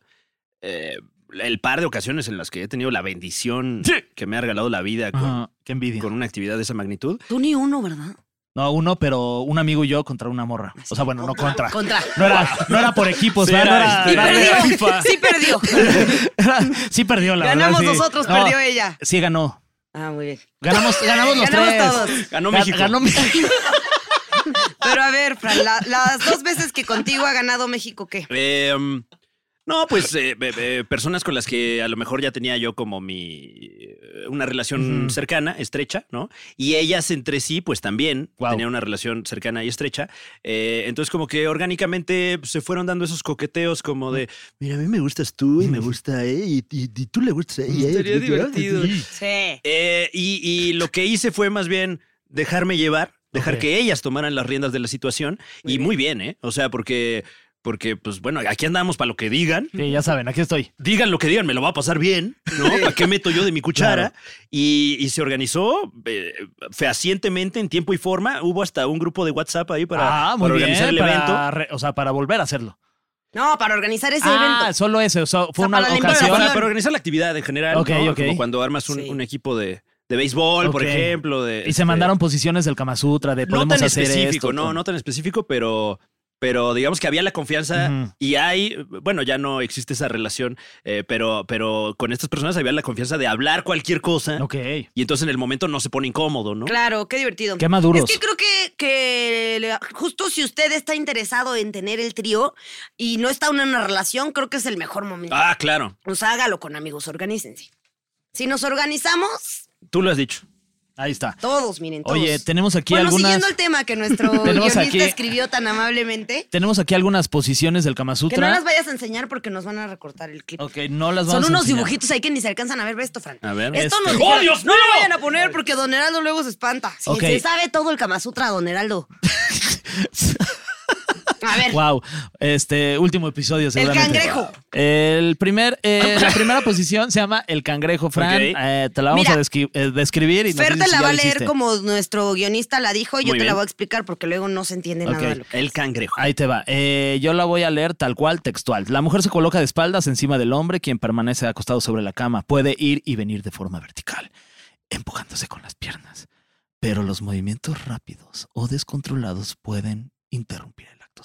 Eh, el par de ocasiones en las que he tenido la bendición que me ha regalado la vida con,
Ajá, qué envidia.
con una actividad de esa magnitud.
Tú ni uno, ¿verdad?
No, uno, pero un amigo y yo contra una morra. O sea, bueno, no contra.
Contra.
No era, no era por equipos,
Sí,
¿verdad? No
era,
era-
este,
Y
La
era-
de
perdió.
FIFA.
Sí perdió.
era- sí perdió, la
Ganamos
verdad. sí.
nosotros,
No,
perdió ella.
Sí ganó.
Ah, muy bien.
Ganamos, ganamos los
Ganamos
tres.
todos.
Ganó
Ga-
México.
Ganó México.
Pero a ver, Fran, la- las dos veces que contigo ha ganado México, ¿qué?
Em, no, pues eh, be- be- personas con las que a lo mejor ya tenía yo como mi eh, una relación
Ujú.
cercana, estrecha, ¿no? Y ellas entre sí, pues también
Guau.
tenían una relación cercana y estrecha. Eh, entonces, como que orgánicamente se fueron dando esos coqueteos como de mira, a mí me gustas tú y me gusta, eh, y, y- y tú le gustas a ella. Estaría divertido.
Sí.
Eh, y, y lo que hice fue más bien dejarme llevar, dejar
Ok.
que ellas tomaran las riendas de la situación. y muy bien, ¿eh? O sea, porque, porque, pues bueno, aquí andamos para lo que digan.
Sí, ya saben, aquí estoy.
Digan lo que digan, me lo va a pasar bien, ¿no? ¿Para qué meto yo de mi cuchara? Y, y se organizó eh, fehacientemente, en tiempo y forma. Hubo hasta un grupo de WhatsApp ahí para,
ah, muy
para
bien.
organizar el
para
evento.
re- o sea, para volver a hacerlo.
No, para organizar ese
ah,
evento.
solo ese. O sea, fue
sea,
una
para la
Bueno,
ocasión.
invitación.
para, para organizar la actividad en general,
Ok,
¿no?
ok.
como cuando armas un,
Sí.
un equipo de, de béisbol, por
Ok.
ejemplo. De,
Y se
este,
mandaron posiciones del Kama Sutra, de
No
podemos
tan
hacer
específico,
esto,
no, no tan específico, pero, pero digamos que había la confianza
Ujú.
y hay, bueno, ya no existe esa relación, eh, pero, pero con estas personas había la confianza de hablar cualquier cosa
Ok.
y entonces en el momento no se pone incómodo, ¿no?
Claro, qué divertido.
Qué maduros.
Es que creo que, que le- justo si usted está interesado en tener el trío y no está en una relación, creo que es el mejor momento.
Ah, claro,
O sea, hágalo con amigos, organícense. Si nos organizamos,
tú lo has dicho.
Ahí está.
todos, miren, todos.
Oye, tenemos aquí
bueno,
algunas-
siguiendo el tema que nuestro
Tenemos
guionista
aquí-
escribió tan amablemente,
Tenemos aquí algunas posiciones del
que
Kama
no
Sutra.
las vayas a enseñar porque nos van a recortar el clip.
Ok, no las vamos
Son
a
unos
enseñar.
dibujitos ahí que ni se alcanzan a ver. Ve esto, Fran.
A ver,
Esto
este.
nos
¡Oh,
dijeron,
Dios
No lo
mío!
vayan a poner porque Don Heraldo luego se espanta. Sí,
Ok.
Se sabe todo el Kama Sutra, Don Heraldo. a ver.
Wow, este último episodio seguramente.
cangrejo.
El primer, eh, la primera posición se llama el cangrejo, Fran.
Ok.
Eh, te la vamos
Mira.
a descri- eh, describir y nos
Fer
dices
te
si
la
ya
va a
lo
leer
hiciste.
como nuestro guionista la dijo y yo
Muy
te la
bien.
voy a explicar porque luego no se entiende nada de
Ok.
Ah, lo que-
El cangrejo.
Ahí te va. Eh, yo la voy a leer tal cual, textual. La mujer se coloca de espaldas encima del hombre, quien permanece acostado sobre la cama. Puede ir y venir de forma vertical, empujándose con las piernas. Pero los movimientos rápidos o descontrolados pueden interrumpir el acto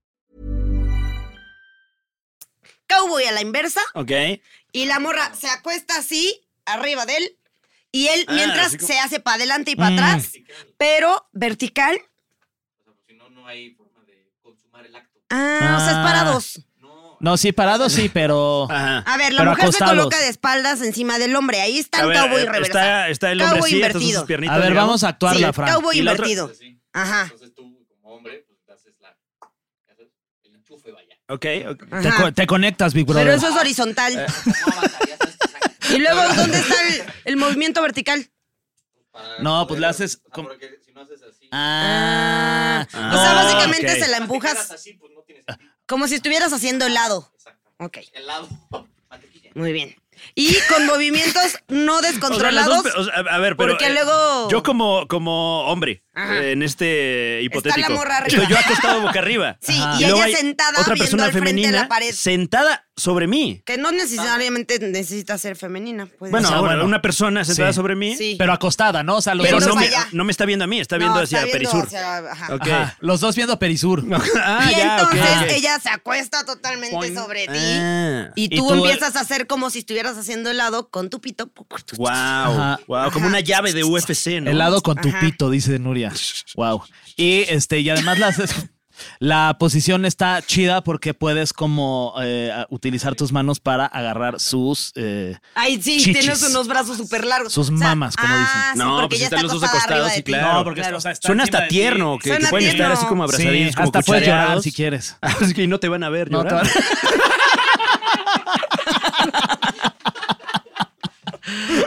Cowboy a la inversa.
Ok.
Y la morra se acuesta así, arriba de él. Y él,
Ah,
mientras,
así como- Mm.
se hace para adelante y para atrás, pero vertical. pues, O sea, si no, no hay forma de consumar el acto. Ah, o sea, es
Ah.
para dos.
No, sí, parado sí, pero...
Ajá.
A ver, la
Pero
mujer
acostados.
se coloca de espaldas encima del hombre. Ahí está
A
el
ver,
cowboy
eh,
reversa.
está, está el hombre
Cowboy
así, entonces
invertido.
sus piernitas,
A ver,
digamos.
vamos a actuarla,
sí,
Fran.
cowboy
Y la otra-
invertido. Ajá.
Ok, ok.
Te, co- te conectas, Big Brother.
Pero eso es horizontal. este y luego, ¿dónde está el, el movimiento vertical?
No, pues la haces... como-
Ah.
Ah.
Ah,
o sea, básicamente
ok.
se la empujas. Como si estuvieras haciendo helado. Ok. Helado. Muy bien. Y con movimientos no
O sea, las dos,
descontrolados.
o sea, a a ver, pero.
porque
eh,
luego-
Yo, como, como hombre,
Ajá.
eh, en este hipotético.
morra arriba.
Yo, yo acostado boca arriba.
Sí,
Ajá.
y
luego
ella
hay
sentada
Otra
viendo
persona
al frente
femenina
la pared.
sentada sobre mí.
que no necesariamente necesita ser femenina. puede
Bueno,
ser.
bueno,
Ah, bueno.
una persona sentada
Sí.
sobre mí.
Sí.
Pero acostada, ¿no? O sea, los
Pero
Pero
dos...
no
no me,
para allá.
no me está viendo a mí, está viendo
No,
hacia
está viendo
Perisur.
hacia- ajá.
Ok.
Ajá, los dos viendo Perisur.
Ah,
y
ya, ok,
entonces
ok.
ella se acuesta totalmente
Point.
sobre ti.
Ah.
Y tú, empiezas a hacer como si estuvieras haciendo helado con tu pito.
Wow,
Ajá.
wow, como una llave de UFC, ¿no?
Helado con tu
Ajá.
pito, dice Nuria. Wow. Y este, y además las- la posición está chida porque puedes como eh, utilizar tus manos para agarrar sus. eh,
Ay, sí,
Chichis.
tienes unos brazos súper largos.
Sus mamas, como dicen.
ah, sí,
No,
porque
pues
ya
están
está
los dos
acostada
acostados,
arriba de
sí,
ti.
claro. No, porque, Suena hasta tierno, que,
Suena
que pueden
tierno.
estar así como
sí,
abrazaditos, como
hasta puedes llorar
cuchareados.
si quieres.
Así que no te van a ver
No te
llorar.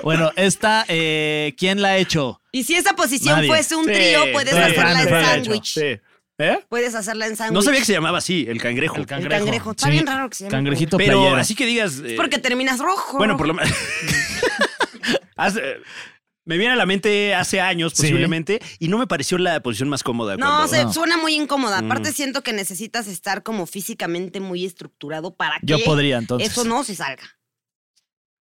Bueno, esta, eh, ¿quién la ha hecho?
Y si esa posición
Nadie.
fuese un trío, puedes
Sí,
hacerla
Fran,
en
Fran,
sándwich.
sí.
¿Eh?
Puedes hacerla en sándwich.
No sabía que se llamaba así, el cangrejo.
El
El
cangrejo.
cangrejo. Está bien raro que se llame.
Cangrejito
Pero
playero.
así que digas. eh,
Porque terminas rojo.
Bueno, por lo menos. Haz, eh, me viene a la mente hace años,
Sí.
posiblemente, y no me pareció la posición más cómoda.
No,
cuando-
se
No.
suena muy incómoda.
Mm.
Aparte siento que necesitas estar como físicamente muy estructurado para que
Yo podría, entonces.
eso no se salga.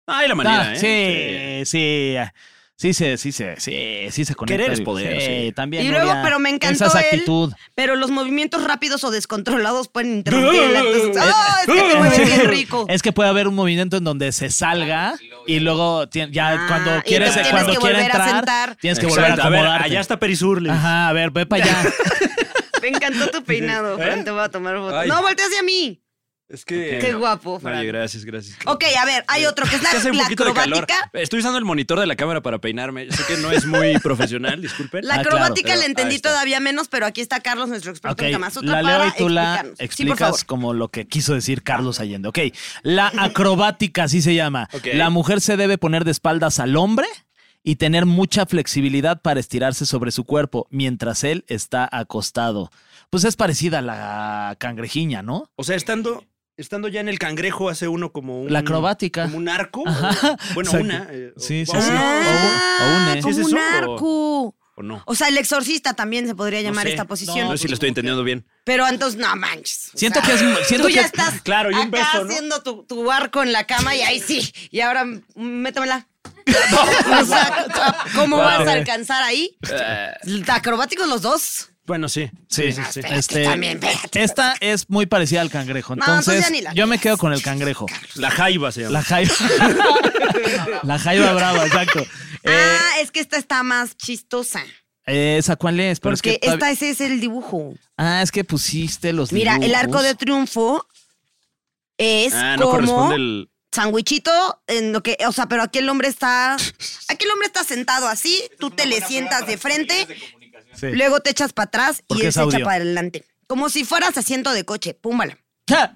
Ah, hay la manera,
Ah,
¿eh?
Sí, sí. Sí, se, sí, se, sí, sí se conecta.
Querer es poder, sí.
también.
Y luego,
Nuria,
pero me encantó
Esa
él.
actitud.
Pero los movimientos rápidos o descontrolados pueden interrumpir el acto sexual. ¡Ah, es que te mueves bien rico!
Es que puede haber un movimiento en donde se salga y luego ti- ya
Ah,
cuando
y
quieres
entonces
cuando
tienes que
quiere
volver a
entrar,
sentar.
tienes que volver a
Exacto. A ver,
acomodarte. Ah.
allá está Perisur. le dices.
Ajá, a ver, ve para allá.
Me encantó tu peinado, Fran. Te voy a tomar foto.
Ay.
No, volteas hacia mí.
Es que.
Qué guapo,
Oye,
Fran.
gracias, gracias.
ok, a ver, hay otro que es
Ya hace
la,
un
la
poquito de calor.
acrobática.
Estoy usando el monitor de la cámara para peinarme. Yo sé que no es muy.
Muy profesional, disculpen.
La
Ah, claro.
acrobática la
Ahí
entendí
está.
todavía menos, pero aquí está Carlos, nuestro experto
Ok,
en Kama Sutra,
la
para
leo y tú la
explicarnos. Sí, por
explicas
favor. Ah.
como lo que quiso decir Carlos Allende. Ok, la acrobática así se llama.
Ok.
La mujer se debe poner de espaldas al hombre y tener mucha flexibilidad para estirarse sobre su cuerpo mientras él está acostado. Pues es parecida a la cangrejiña, ¿no?
O sea, estando, estando ya en el cangrejo, hace uno como un.
La acrobática.
Como un arco.
Ajá,
o- bueno,
exacto.
una. eh, o-
Sí, sí,
o-
sí.
o-
Ah,
O un- o un, ¿eh?
como
¿Sí es
un
eso? O-
arco.
O no.
O sea, el exorcista también se podría llamar
sé.
esta posición.
No sé si lo estoy entendiendo bien.
Pero entonces, no manches. O
Siento
sea,
que es- siento
tú ya
que-
estás
claro, y un
acá
beso, ¿no?
haciendo tu, tu barco en la cama y ahí sí. Y ahora, mm, métemela. o sea, ¿cómo vas a alcanzar ahí?
Eh.
Acrobáticos los dos.
Bueno, sí. Sí, sí, sí.
Espérate, también, espérate.
Este, esta es muy parecida al cangrejo.
No, entonces
Entonces,
ya ni la
yo me
leas.
quedo con el cangrejo.
La jaiba se llama.
La jaiba. la jaiba brava, exacto. Eh,
ah, es que esta está más chistosa.
¿Esa cuál es? Pero es
Porque
que todavía-
esta, ese es el dibujo.
Ah, es que pusiste los
Mira, el arco
dibujos.
de triunfo es
Ah, no
como
corresponde el.
sandwichito en lo que, o sea, pero aquí el hombre está, aquí el hombre está sentado así, tú te le sientas de frente,
Sí.
luego te echas para atrás y
Porque
él
es
se echa
audio.
para adelante. Como si fueras asiento de coche, púmbala.
Ja.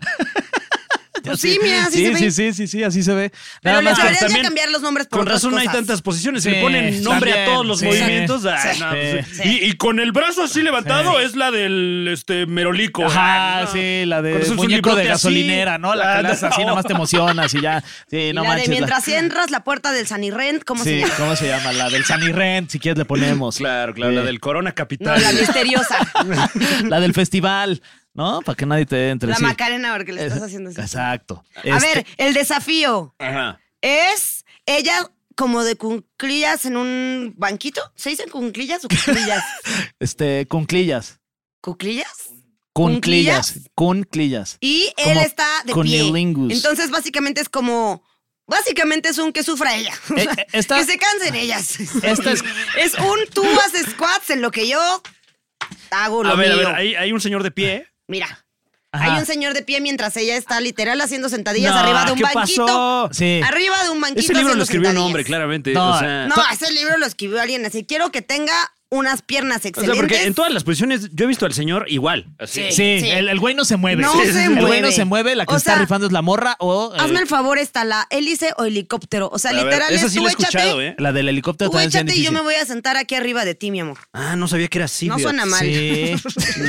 Pues sí, mira, así
sí,
se ve.
sí, sí, sí, sí, así se ve.
Pero
Nada
les
más que
deberían ya
también-
cambiar los nombres por
Con
otras
razón hay
cosas.
tantas posiciones.
Sí,
le ponen nombre
también,
a todos los
sí.
movimientos. Ah,
Sí.
no, pues,
Sí.
y, y con el brazo así levantado es la del este merolico.
Ajá,
Ah, no.
sí, la de
Con eso es un
muñeco de
librote así.
gasolinera, ¿no? La
Ah,
que le haces así,
no.
nada más te emocionas y ya. Sí,
Y
no
la
manches.
de
la-
mientras entras, la puerta del Sanirrent, ¿cómo se
Sí,
llama?
¿cómo se llama? La del Sanirrent, si quieres le ponemos.
Claro, claro,
Sí.
la del Corona
No,
Capital.
la misteriosa.
La del festival, ¿no? Para que nadie te entre.
la
sí.
Macarena, porque le estás
Esa-
haciendo así.
Exacto.
A
Este-
ver, el desafío.
Ajá.
es ella como de cunclillas en un banquito. ¿Se dicen cunclillas o cuclillas?
Este, cunclillas.
¿Cuclillas?
Cunclillas. Cunclillas.
Y él
Como
está de pie.
cunilingus.
Entonces, básicamente es como. Básicamente es un que sufra ella. O
Eh,
sea,
eh, esta-
que se cansen ellas.
Esta es-
Es un tú haces squats en lo que yo hago lo
A ver, a ver,
mío.
hay, hay un señor de pie.
Mira.
Ajá.
Hay un señor de pie mientras ella está literal haciendo sentadillas
No,
arriba de un
¿qué
banquito.
pasó?
Sí.
Arriba de un banquito.
Ese libro
haciendo
lo escribió un
sentadillas.
hombre, claramente.
No,
o sea,
No, ese libro lo escribió alguien así. Quiero que tenga unas piernas
o sea,
excelentes.
porque en todas las posiciones yo he visto al señor igual. Así.
Sí,
Sí.
El, el güey no se mueve.
No se
El güey no
mueve.
se mueve, la que
O
se está
sea,
rifando es la morra o. eh,
Hazme el favor, está la hélice o helicóptero. O sea,
A ver,
literal
esa
es
sí
tú
la he
échate,
escuchado, ¿eh?
La del helicóptero
tú
también es bien
échate y yo me
difícil.
voy a sentar aquí arriba de ti, mi amor.
Ah, no sabía que era así.
No
fíjate.
suena mal.
Sí.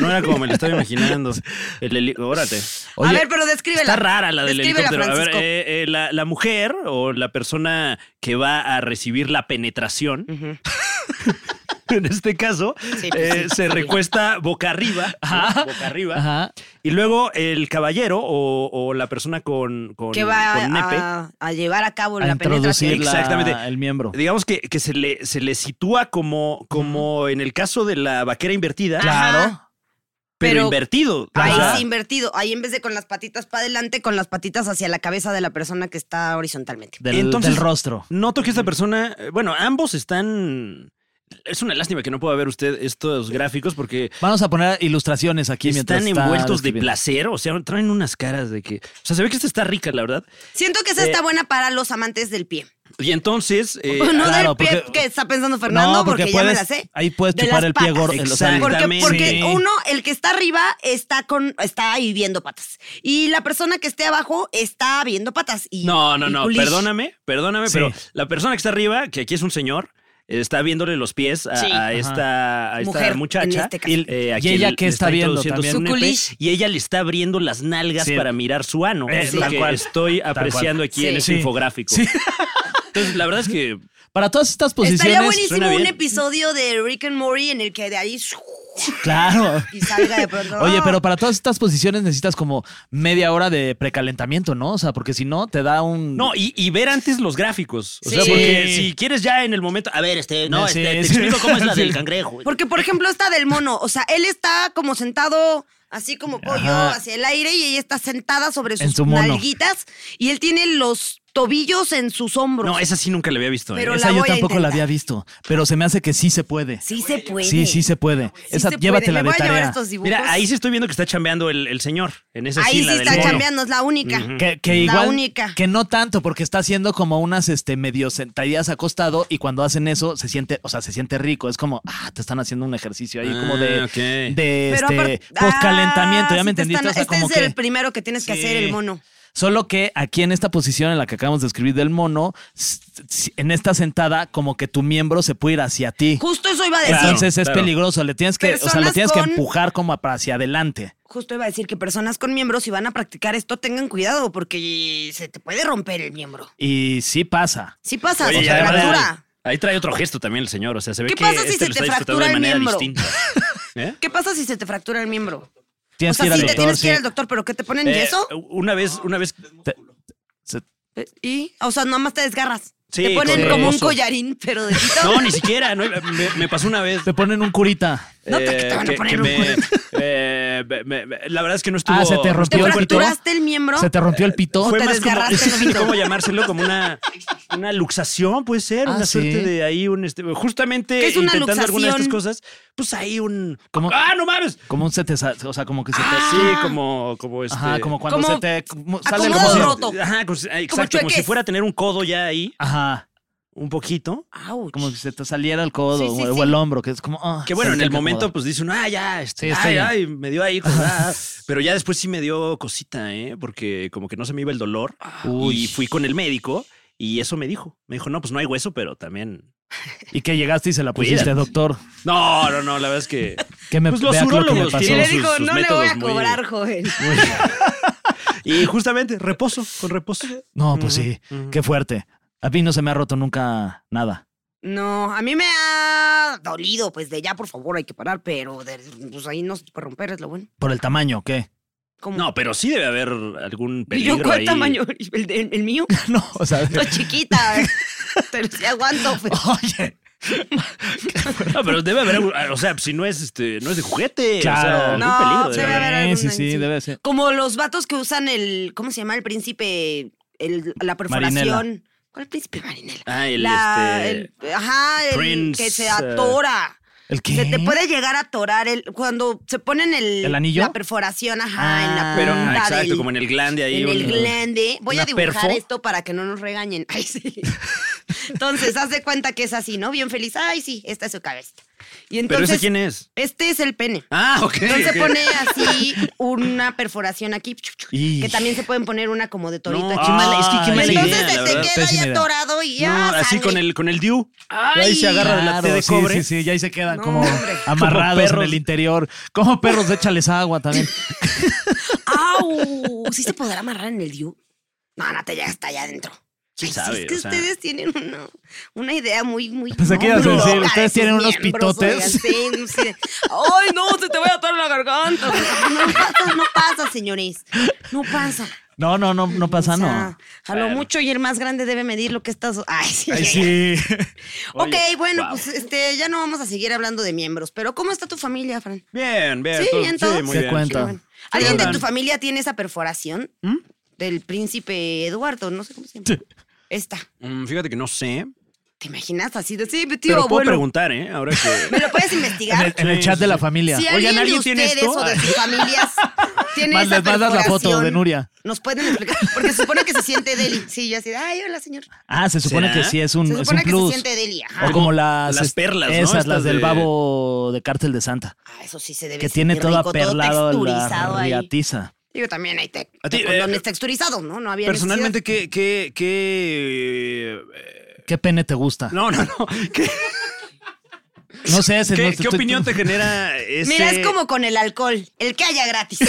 No era como me lo estaba imaginando. El heli- Órate.
Oye,
a ver, pero descríbela.
Está rara la del
Descríbela,
helicóptero. A ver,
Francisco.
eh, eh, la, la mujer o la persona que va a recibir la penetración, en este caso,
Sí,
eh,
pues sí.
se recuesta boca arriba. Boca arriba.
Ajá.
Y luego el caballero o, o la persona con, con,
que va
con nepe.
a, a llevar a cabo
A
la
introducir
penetración.
la-
Exactamente.
el miembro.
Digamos que, que se, le, se le sitúa como, como en el caso de la vaquera invertida,
Claro.
pero,
pero-
invertido.
Ahí
Ajá.
sí invertido. Ahí en vez de con las patitas para adelante, con las patitas hacia la cabeza de la persona que está horizontalmente.
Del,
Entonces-
del rostro.
Noto que esta persona, eh, bueno, ambos están... Es una lástima que no pueda ver usted estos gráficos porque
Vamos a poner ilustraciones aquí mientras
están
está
envueltos de
describiendo.
placer, o sea, traen unas caras de que... O sea, se ve que esta está rica, la verdad.
Siento que esa está buena para los amantes del pie.
Y entonces... eh,
no
claro,
del pie
porque-
que está pensando Fernando,
No, porque
porque, ya me
puedes-
la sé.
ahí puedes
De
chupar
las
el pie
patas.
gordo, el- o sea, el-
Porque,
Exactamente.
porque
Sí.
uno, el que está arriba, está con, está ahí viendo patas. Y la persona que esté abajo está viendo patas. Y,
No, no,
y
no,
culish.
perdóname, perdóname,
Sí.
pero la persona que está arriba, que aquí es un señor, está viéndole los pies a,
Sí.
a esta, a esta
Mujer, en
muchacha.
este caso.
Y, eh, a quien
ella
le
qué está viendo
introduciendo
también?
su
Su
nepe,
culish.
Y ella le está abriendo las nalgas
Sí.
para mirar su ano.
Eh,
Es
sí.
lo
Tal
que
cual.
estoy
cual.
apreciando aquí en
Sí.
ese
Sí.
infográfico. Entonces, la verdad es que
Para todas estas
Estaría
posiciones.
buenísimo
suena
un
bien.
episodio de Rick and Morty en el que de ahí shoo,
Claro.
y salga de pronto.
Oye,
"Ah".
pero para todas estas posiciones necesitas como media hora de precalentamiento, ¿no? O sea, porque si no, te da un.
No, y, y ver antes los gráficos. O
Sí.
sea, porque
Sí.
si quieres ya en el momento. A ver, este, no,
Sí,
este, te
sí.
explico cómo es la
Sí.
del cangrejo.
Porque, por ejemplo, esta del mono, o sea, él está como sentado así como pollo
Ajá.
hacia el aire y ella está sentada sobre
En
sus
su mono.
nalguitas y él tiene los tobillos en sus hombros.
No, esa sí nunca la había visto. ¿eh?
Pero
Esa
la
yo
voy a
tampoco la
intentar.
había visto, pero se me hace que sí se puede.
Sí se puede.
Sí, sí se puede.
Sí se
Esa,
puede.
llévatela
Me
de
voy a llevar
tarea.
estos dibujos.
Mira, ahí sí estoy viendo que está chambeando el, el señor. En esa
Ahí
la
sí
del
está
mono.
chambeando, es la única.
Que, que
La
igual,
única.
que no tanto, porque está haciendo como unas este, medio sentadillas acostado y cuando hacen eso se siente, o sea, se siente rico. Es como, ah, te están haciendo un ejercicio ahí como de,
Ah, ok.
de
Pero
este,
aparte-
postcalentamiento.
Ah,
ya
sí
me
te están-
entendiste. o sea,
este
como
es
que,
el primero que tienes que hacer, el
Sí.
mono.
Solo que aquí en esta posición en la que acabamos de escribir del mono, s- s- en esta sentada, como que tu miembro se puede ir hacia ti.
Justo eso iba a decir.
Claro.
Entonces es
claro.
peligroso, le tienes que, o sea, lo
Personas
tienes
con-
que empujar como para hacia adelante.
Justo iba a decir que personas con miembros, si van a practicar esto, tengan cuidado porque se te puede romper el miembro.
Y sí pasa.
Sí pasa,
Oye,
se
y
te
además,
fractura.
Ahí trae otro gesto también el señor. O sea, se ve
¿Qué
que
pasa si
este
se
lo
te
está disfrutando
fractura
de
el
manera
miembro?
distinta. ¿Eh?
¿Qué pasa si se te fractura el miembro? O
Tienes
sea,
que ir
sí
al
te
doctor.
tienes que ir
sí.
al doctor, pero ¿qué te ponen
Eh,
yeso?
Una vez, una vez.
Se-
Y, o sea, nomás te desgarras.
Sí,
te ponen
con
como un
remozo.
collarín, pero de quito.
No, ni siquiera. no, me, me pasó una vez. eh,
Te ponen un curita.
No, te- te van a
que-
poner
que
un
me-
cuerno.
eh, me- me- me- La verdad es que no estuvo.
Ah, se te
no
rompió
¿Te
el pito.
fracturaste el miembro?
Se te rompió el pito.
Fue
te
más como,
desgarraste,
sí,
Lobito.
¿cómo llamárselo? Como una, una luxación, puede ser,
Ah,
una
¿sí?
suerte de ahí, un este, justamente
¿Qué es una
intentando alguna de estas
luxación?
cosas, pues ahí un.
Como-
¡Ah, no mames!
Como un se te sa- o sea, como que se te.
Sí, como, como este.
Ajá, como cuando
Ah. Como
se te como- sale el
acomodado
mono.
roto.
Ajá, como, si- ah, exacto, como si
chueques.
fuera a tener un codo ya ahí,
Ajá.
un poquito.
Ouch.
Como que se te saliera el codo
Sí, sí,
o, o
sí.
el hombro, que es como. ah,
Que bueno,
se
en
te
el momento
acomoda.
pues dice uno, ah, ya, este,
Sí, está
ay,
bien.
ay, me dio ahí, como, ah. pero ya después sí me dio cosita, ¿eh? Porque como que no se me iba el dolor
Uy.
y fui con el médico y eso me dijo. Me dijo, no, pues no hay hueso, pero también...
Y que llegaste y se la pusiste,
Cuídate.
doctor.
No, no, no, la verdad es que...
Que me
Pues los
vea lo que me
urólogos
pasó.
Y
tienen
le
sus-
dijo,
sus
no le voy
métodos
a
muy-
cobrar, joven.
Y justamente, reposo, con reposo.
No, pues sí.
ujú.
Qué fuerte. A mí no se me ha roto nunca nada.
No, a mí me ha dolido, pues de ya, por favor, hay que parar, pero de- pues ahí no se puede romper, es lo bueno.
Por el tamaño, ¿qué?
Como-
No, pero sí debe haber algún
¿Y yo
peligro
cuál
ahí.
tamaño? ¿El, el- el mío?
No, o sea.
Estoy chiquita, eh, pero sí aguanto. pues.
Oye.
No, pero debe haber, algún- o sea, si no es, este, no es de juguete. o sea,
Claro.
algún
No,
peligro
se
debe
ve
haber.
haber
Sí,
algún-
sí, sí,
sí.
debe ser.
Como los vatos que usan el, ¿cómo se llama? El príncipe, el- la perforación.
Marinela.
¿Cuál príncipe Marinela?
Ah, el,
La-
este,
el- ajá, el
Prince,
que se
eh,
atora.
¿El qué?
Se te puede llegar a atorar el, cuando se ponen el,
¿El anillo?
la perforación, ajá, en la
Ah,
Pero,
punta
ah, exacto,
del-
como en el glande ahí.
en el
un-
glande. Voy a
una
dibujar
perfo.
esto para que no nos regañen. Ay, sí. Entonces, haz de cuenta que es así, ¿no? Bien feliz. Ay, sí, esta es su cabeza. Y
¿Pero
entonces,
ese quién es?
este es el pene.
Ah, ok.
Entonces
ok.
se pone así una perforación aquí, chuc, chuc,
Y-
que también se pueden poner una como de torito
No,
aquí.
qué mala- es que qué
Y
mala
entonces
idea,
se
la
te
verdad.
queda
Pésima
ahí
idea.
atorado y ya.
No, así
sangre.
con el, con el Diu. Ahí se agarra de la T de
Claro, sí,
cobre.
Sí, sí, y ahí se quedan
No,
como
hombre.
amarrados
Como
en
perros.
el interior. Como perros, échales agua también.
¡Au! ¿Sí se podrá amarrar en el diu? No, no, te ya está allá adentro.
¿Quién
Ay, sí,
sabe?
es que
O sea,
ustedes tienen una, una idea muy, muy.
Pensé
no,
que ibas Pues, a
muy
decir,
loca de
ustedes
sus
tienen unos
miembros,
pitotes.
oigan, sí, no sé. Ay, no, se te va a atar la garganta. No pasa, no pasa, señores. No pasa.
No, no, no, no pasa,
O
no.
sea, A lo mucho y el más grande debe medir lo que estás. Ay, sí.
Ay, sí.
Ok,
Oye,
bueno,
wow.
pues este, ya no vamos a seguir hablando de miembros, pero ¿cómo está tu familia, Fran?
Bien, bien.
Sí,
todo-
entonces.
muy
Se
bien.
cuenta. ¿Mm?
Qué bueno. ¿Alguien de
Oigan.
tu familia tiene esa perforación? Del príncipe Eduardo, no sé cómo se llama. Esta.
Mm, fíjate que no sé.
¿Te imaginas así de sí, mi tío
Pero puedo
abuelo?
preguntar, ¿eh? Ahora
¿Me
que.
lo puedes
En el,
investigar?
en el chat de la familia.
Si
Oigan,
alguien de
¿alguien tiene
ustedes
esto?
o de sus familias tiene
Más-
esa
les mandas la foto
perforación,
de Nuria.
Nos pueden explicar, porque se supone que se siente Deli. Sí, yo así, de, ay, hola, señor.
Ah, se supone
¿Será?
que sí, es un,
Se
es
supone
un
que
plus.
se siente Deli.
o
Ajá.
como las,
Las
es-
perlas, ¿no?
Esas,
Estas
las del
de-
babo de Cártel de Santa.
Ah, eso sí se debe
Que
sentir
tiene todo
rico,
aperlado
todo texturizado
la
ahí.
riatiza.
Digo, también hay te
A ti,
te-
eh,
condones texturizados, ¿no? No había
Personalmente, ¿qué. qué, qué eh,
¿Qué pene te gusta?
No, no, no. ¿Qué,
No sé, se- no-
¿Qué, qué
estoy-
opinión te genera ese?
Mira, es como con el alcohol, el que haya gratis.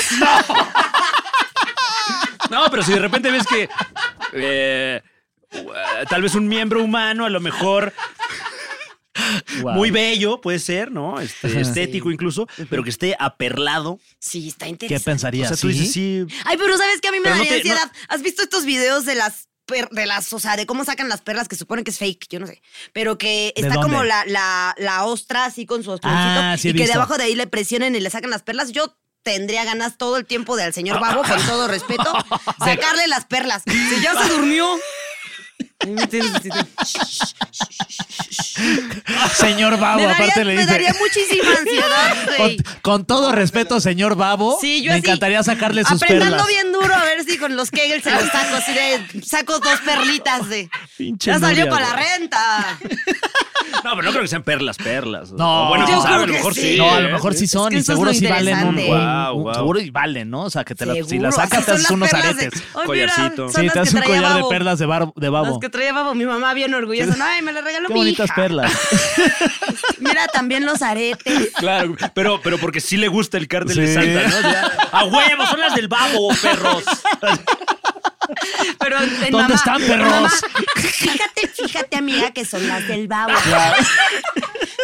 No, pero si de repente ves que eh, uh, tal vez un miembro humano, a lo mejor
Wow.
muy bello, puede ser, ¿no? Este,
Ajá.
estético incluso, pero que esté aperlado.
Sí, está
¿Qué
interesante.
O
pensarías?
sea, tú
¿Sí?
dices, sí,
Ay, pero ¿sabes que A mí me
Pero no
daría
te- no-
ansiedad. ¿Has visto estos videos de las per- de las, o sea, de cómo sacan las perlas que suponen que es fake, yo no sé, pero que
¿De
está
dónde?
como la, la, la ostra así con su ostroncito
Ah, sí he
y que
visto.
debajo de ahí le presionen y le sacan las perlas. Yo tendría ganas todo el tiempo del señor Babo, con todo respeto, sacarle las perlas. Si ya se durmió. Ahí me tienes así de-
Señor Babo,
me, daría,
aparte le
me
dice.
daría muchísima ansiedad,
Con,
güey.
con todo respeto, señor Babo,
Sí, yo
me
así,
encantaría sacarle sus
apretando
perlas.
bien duro a ver si con los kegels se los saco. Así de, saco dos perlitas de.
Pinche
Ya salió
novia,
para la
güey.
renta.
no, pero no creo que sean perlas, perlas.
No.
O bueno, quién
Yo creo
sabe, a lo
que
mejor sí.
sí.
No, a lo
¿eh?
mejor sí
Es
son
que
y
eso es
seguro
lo
sí valen un,
interesante.
un-
Wow, wow.
Seguro y valen, ¿no? O sea, que te la- si
Seguro,
la sacas
así son
te haces
las
unos
perlas de-
aretes.
Ay, mira,
Collarcito.
son
Sí,
las
te haces
que
un
traía
collar de
Babo.
perlas de, bar- de
Las
Babo.
que traía babo, mi mamá bien orgullosa. Ay, me la regaló
Qué
mi
bonitas
hija.
perlas.
Mira también los aretes.
Claro, pero, pero porque sí le gusta el cártel de
Sí.
Santa, ¿no? Ya, A huevo, son las del babo, perros.
Pero en
¿Dónde
mamá-
están, perros?
mamá, fíjate, fíjate, amiga, que son las del babo.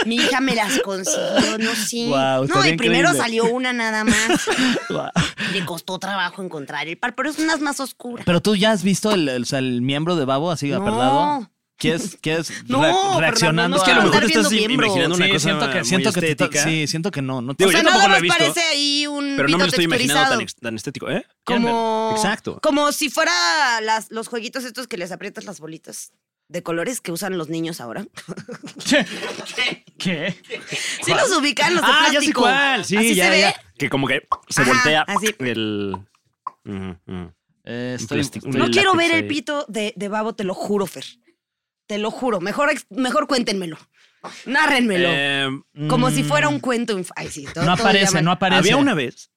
Mi hija me las consiguió, no sí.
Guau,
no,
estaría
y primero
increíble.
salió una nada más. Le costó trabajo encontrar el par, pero es unas más oscuras.
Pero tú ya has visto el, el- o sea, el miembro de Babo así aperdado. ¿Quieres, quieres re-
No, Fernando,
reaccionando?
no
Es que a lo
Andar
mejor te
viendo
estás im-
miembros.
imaginando una
Sí,
cosa
siento que,
muy
siento que te-
estética.
sí,
sí.
sí, siento que no. no te-
Digo,
o sea,
yo tampoco
nada
lo he
más
visto,
parece ahí un
Pero no me
pito
lo estoy imaginando
texturizado.
tan, ex- tan estético, ¿eh?
Como.
Exacto.
Como si fuera las, los jueguitos estos que les aprietas las bolitas de colores que usan los niños ahora.
¿Qué?
Sí los ubican los de
Ah, ya sé
plástico.
cuál. Sí,
Así
ya,
se ve.
ya. Que como que se
Ajá,
voltea
así.
el. Ujú, ujú.
Eh, estoy-
plástico,
estoy-
No
El
quiero
látex
ver el
ahí.
pito de, de Babo, te lo juro, Fer. Te lo juro. Mejor, ex- mejor cuéntenmelo. Nárrenmelo.
Eh,
como si fuera un cuento. inf- Ay, sí, todo-
No
todo
aparece,
llaman-
no aparece.
Había una vez.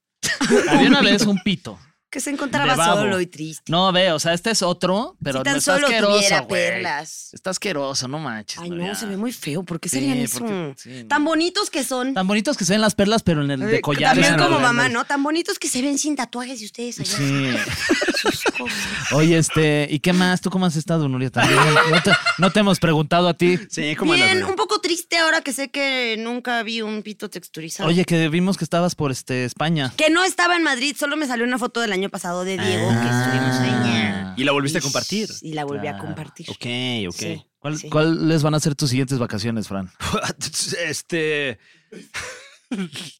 Había una vez un pito.
Que se
de
encontraba
Babo.
solo y triste.
No, ve, o sea, este es otro, pero
si
no
tan
está
solo tuviera
asqueroso, güey.
perlas.
Está asqueroso, no manches.
Ay,
no,
no,
ya.
se ve muy feo. ¿Por qué
Sí,
serían eso?
porque- sí, no.
Tan bonitos que son.
Tan bonitos que se ven las perlas, pero en el de
Eh,
collares.
También
en el
como
de-
mamá, ¿no? Tan bonitos que se ven sin tatuajes y ustedes allá.
Sí.
Sus cosas.
Oye, este, ¿y qué más? ¿Tú cómo has estado, Nuria? También no te, no te hemos preguntado a ti.
Sí, como
Bien, un poco triste ahora que sé que nunca vi un pito texturizado.
Oye, que vimos que estabas por este España.
Que no estaba en Madrid, solo me salió una foto del año pasado de Diego que
Ah.
estuvimos allá.
Y la volviste a compartir.
Y la volví a compartir.
Ok, ok.
Sí.
¿Cuál-
Sí. Ah,
¿Cuáles van a ser tus siguientes vacaciones, Fran?
Este.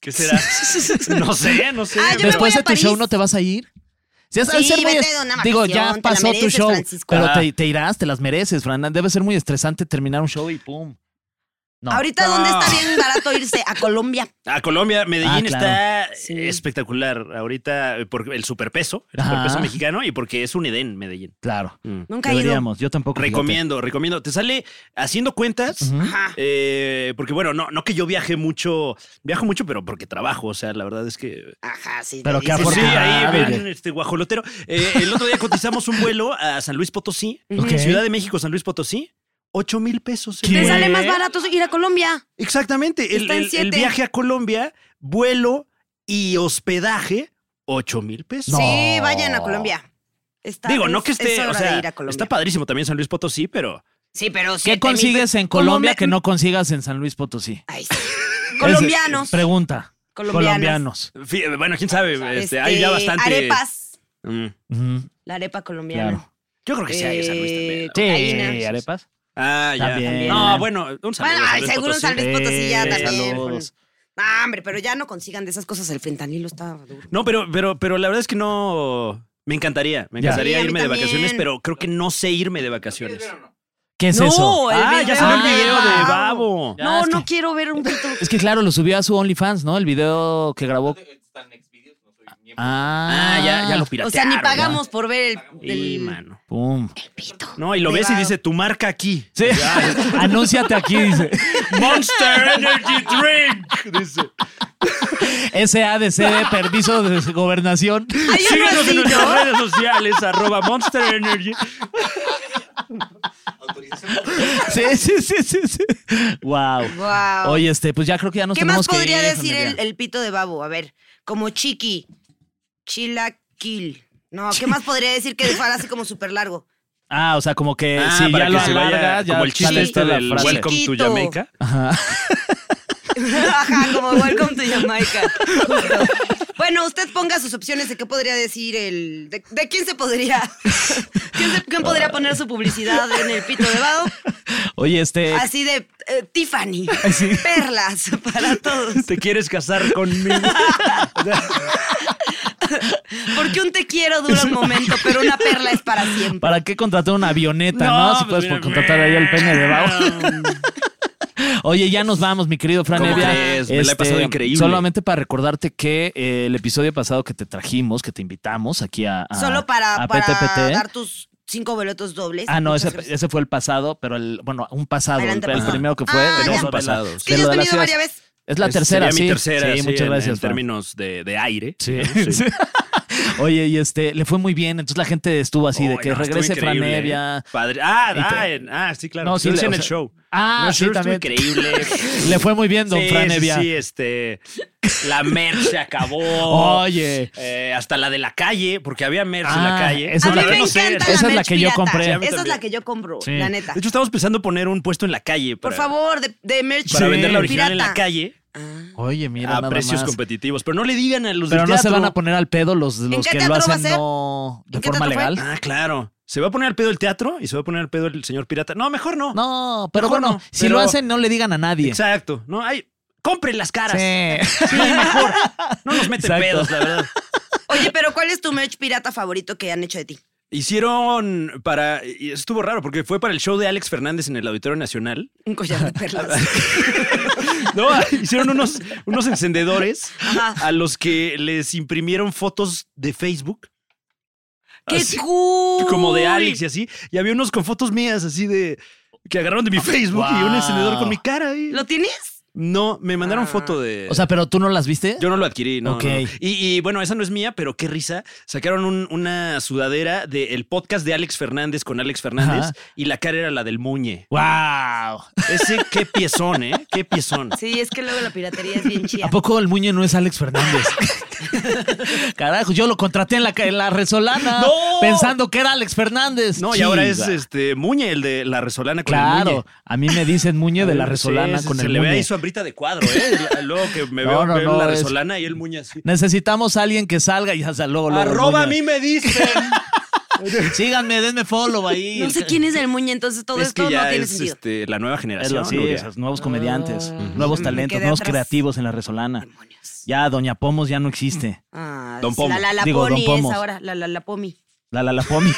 ¿Qué será? no sé, no sé.
Ah, yo me
Después
voy a
de tu show
París.
no te vas a ir. Si has-
Sí,
al ser muy
vete
est-
de una
Digo,
vacación,
ya
te la
pasó tu
mereces,
show,
Francisco.
pero
Ah.
te, te irás, te las mereces, Fran. Debe ser muy estresante terminar un show y pum. No.
Ahorita, ¿dónde está bien barato irse? A Colombia.
A Colombia, Medellín
Ah,
está
Sí.
espectacular ahorita eh, por el superpeso, el
Ajá.
superpeso mexicano y porque es un Edén Medellín. Mm.
Claro.
Nunca he ido.
Deberíamos, yo tampoco. fíjate.
Recomiendo, recomiendo. Te sale haciendo cuentas,
Ajá.
eh, porque bueno, no, no que yo viaje mucho, viajo mucho, pero porque trabajo, o sea, la verdad es que...
Ajá, sí.
Pero
te
qué
dices,
Sí,
afortunado.
ahí
Claro,
vean este guajolotero. Eh, el otro día cotizamos un vuelo a San Luis Potosí,
Ok.
Ciudad de México, San Luis Potosí, 8 mil pesos.
"Ah,
¿Qué?
Te sale más barato ir a Colombia.
Exactamente. El,
Está en
el- el
siete.
viaje a Colombia, vuelo y hospedaje, 8 mil pesos.
No.
Sí, vayan a Colombia. Está-
Digo, no
es-
que
es
esté,
hora
o
de
sea,
ir a Colombia.
está padrísimo también San Luis Potosí, pero
Sí, pero
¿Qué
siete
consigues
mil-
en Colombia
Como me-
que no consigas en San Luis Potosí?
Ay, sí. Colombianos.
Ese- pregunta.
Colombianos.
Colombianos.
fí- bueno, quién sabe, este,
Este,
hay ya bastante.
Arepas.
Mm.
Ujú.
La arepa colombiana.
Claro.
Yo creo que sí hay en San Luis también. la
Eh, Sí.
verdad.
Proteínas.
arepas.
Ah, ya.
También.
No, bueno, un saludo.
Bueno,
a
ay,
Luis
seguro en
Potosí.
San Luis Potosí ya
Eh,
también.
saludos.
Ah, hombre, pero ya no consigan de esas cosas. El fentanilo está duro.
No, pero, pero, pero la verdad es que no. Me encantaría, me
Ya.
encantaría
Sí, a mí
irme de
también.
vacaciones, pero creo que no sé irme de vacaciones.
¿Qué es
no,
eso?
el
ah,
video
ya salió el
de
video de
Babo.
Babo.
Ya,
No,
es
no
que-
quiero ver un pito.
Es que claro, lo subió a su OnlyFans, ¿no? El video que grabó. Ah,
Ah, ya, ya lo
O
piratearon.
sea, ni
ya.
pagamos por ver el,
Y,
el-
mano.
Pum.
el pito.
No, y lo
De
ves y
Babo.
dice, tu marca aquí.
Sí. Anúnciate aquí, dice.
Monster Energy Drink. Dice.
SADC de permiso de gobernación.
Hay uno
Síguenos
así,
en
¿no?
nuestras redes sociales, arroba Monster Energy.
Sí, sí, sí, sí, sí. Wow.
Wow.
Oye, este, pues ya creo que ya nos
¿Qué más
tenemos que
podría
ir,
decir
Juan
el,
María.
el pito de babo? A ver, como chiqui, chilaquil. No, ¿qué más podría decir que fuera así como súper largo?
Ah, o sea, como que
Ah,
si
para
ya
que
lo
se vaya
alargas, ya
como el chiste
sale
este
toda la
del
frase.
welcome
Chiquito.
to Jamaica.
Ajá, como welcome to Jamaica. Justo. Bueno, usted ponga sus opciones de qué podría decir el. ¿De, de quién se podría? ¿Quién, se- quién podría poner su publicidad en el pito de babo?
Oye, este,
Así de eh, Tiffany. Perlas para todos.
¿Te quieres casar conmigo?
Porque un te quiero dura un momento, pero una perla es para siempre.
¿para qué contratar una avioneta, no?
pues
Si puedes por contratar ahí el pene de Bau. Oye, ya nos vamos, mi querido Fran
¿Cómo
Evia. Este,
crees? Me la he pasado increíble.
Solamente para recordarte que eh, el episodio pasado que te trajimos, que te invitamos aquí a, a-
Solo para,
a
para
PTPT.
dar tus cinco boletos dobles.
Ah, no,
Muchas
ese,
gracias.
ese fue el pasado, pero el, bueno, un pasado,
El
el, el
antepasado.
primero que fue.
Ah,
pero
ya.
de lo-
Pasado,
de
sí.
Que yo
lo de
he
la
venido
ciudad.
varias veces.
Es la
Esa
tercera,
Este, sería
sí.
mi tercera,
sí,
sí,
muchas
en-
gracias.
En
Fran.
términos de, de aire.
Sí.
Sí.
Oye, y este, le fue muy bien, entonces la gente estuvo así de
Ay,
que
Oh, no, estuvo
regrese Fran
increíble,
Evia.
¿eh? Padre. Ah,
Y te-
ah, en- ah, sí, claro.
No,
No,
sí,
sí,
le-
en
o
el
sea-
show.
Ah,
No,
sí,
sure, estuvo
también.
increíble.
Le fue muy bien, don
Sí,
Fran
sí,
Evia.
Sí, este. La merch se acabó.
Oh, Oye.
Eh, hasta la de la calle, porque había merch en
Ah,
la calle.
esa
A
es
mí
la-
me
no sé,
encanta
esa
la
es la
merch
que yo
pirata.
compré. Sí, a
Esa
mí
es
también.
la que yo compro,
Sí.
la neta.
De hecho, estábamos pensando poner un puesto en la calle.
Por
para-
favor, de, de merch
Para vender la
pirata.
original en la calle
Oye, mira,
a
nada
precios
más.
competitivos. Pero no le digan a los
Pero
del
no se
teatro.
van a poner al pedo los, los
qué
que lo
teatro va a
hacen
ser?
no de
¿En qué
forma
teatro fue?
legal.
Ah, claro. ¿Se va a poner al pedo el teatro y se va a poner al pedo el señor pirata? No, mejor no.
No, pero
Mejor
bueno,
no,
si
pero-
lo hacen, no le digan a nadie.
Exacto. No, hay. Compren las caras.
Sí.
Sí, mejor. No nos meten
Exacto.
pedos, la verdad.
Oye, pero ¿cuál es tu merch pirata favorito que han hecho de ti?
Hicieron para. y Estuvo raro porque fue para el show de Alex Fernández en el Auditorio Nacional.
Un collar de perlas.
No, ah, hicieron unos, unos encendedores
Ajá.
a los que les imprimieron fotos de Facebook.
¡Qué
Así,
cool!
Como de Alex y así. Y había unos con fotos mías así de. que agarraron de mi Facebook y un
wow.
encendedor con mi cara ahí.
¿Lo tienes?
No, me mandaron foto de.
O sea, pero tú no las viste.
Yo no lo adquirí, no.
Ok.
no, no. Y, y, bueno, esa no es mía, pero qué risa. Sacaron un- una sudadera del podcast de Alex Fernández con Alex Fernández
Ajá.
y la cara era la del Muñe.
¡Wow!
Ese qué piezón, ¿eh? Qué piezón.
Sí, es que luego la piratería es bien chida.
¿A poco el Muñe no es Alex Fernández? Carajo, yo lo contraté en la, ca- en la Resolana
¡No!
pensando que era Alex Fernández.
No, y ahora es
Chiva.
este Muñe, el de la Resolana con el Muñe.
Claro, a mí me dicen Muñe de la
Sí,
Resolana
sí,
con
se
el
le ve
Muñe.
ahí su hambrita de cuadro, ¿eh? La- Luego que me
No,
veo,
no,
veo
no,
la
es-
Resolana y el Muñe así.
Necesitamos a alguien que salga y hasta luego, luego el
Arroba a
Muñe.
mí me dice.
Síganme, denme follow ahí.
No sé quién es el muñe, entonces todo
es
esto
que ya
no tiene
es
sentido.
este, la nueva
Es
generación.
lo, sí,
Nuria.
esos nuevos comediantes, nuevos
Me
talentos,
quedé
nuevos
atrás.
creativos en la Resolana.
Demonios.
ah. Ya, Doña Pomos ya no existe.
Ah,
Don
es
Pomo.
La la la
Digo, Don
pony
Pomos.
es ahora, la la la pomi.
La La La Pomi.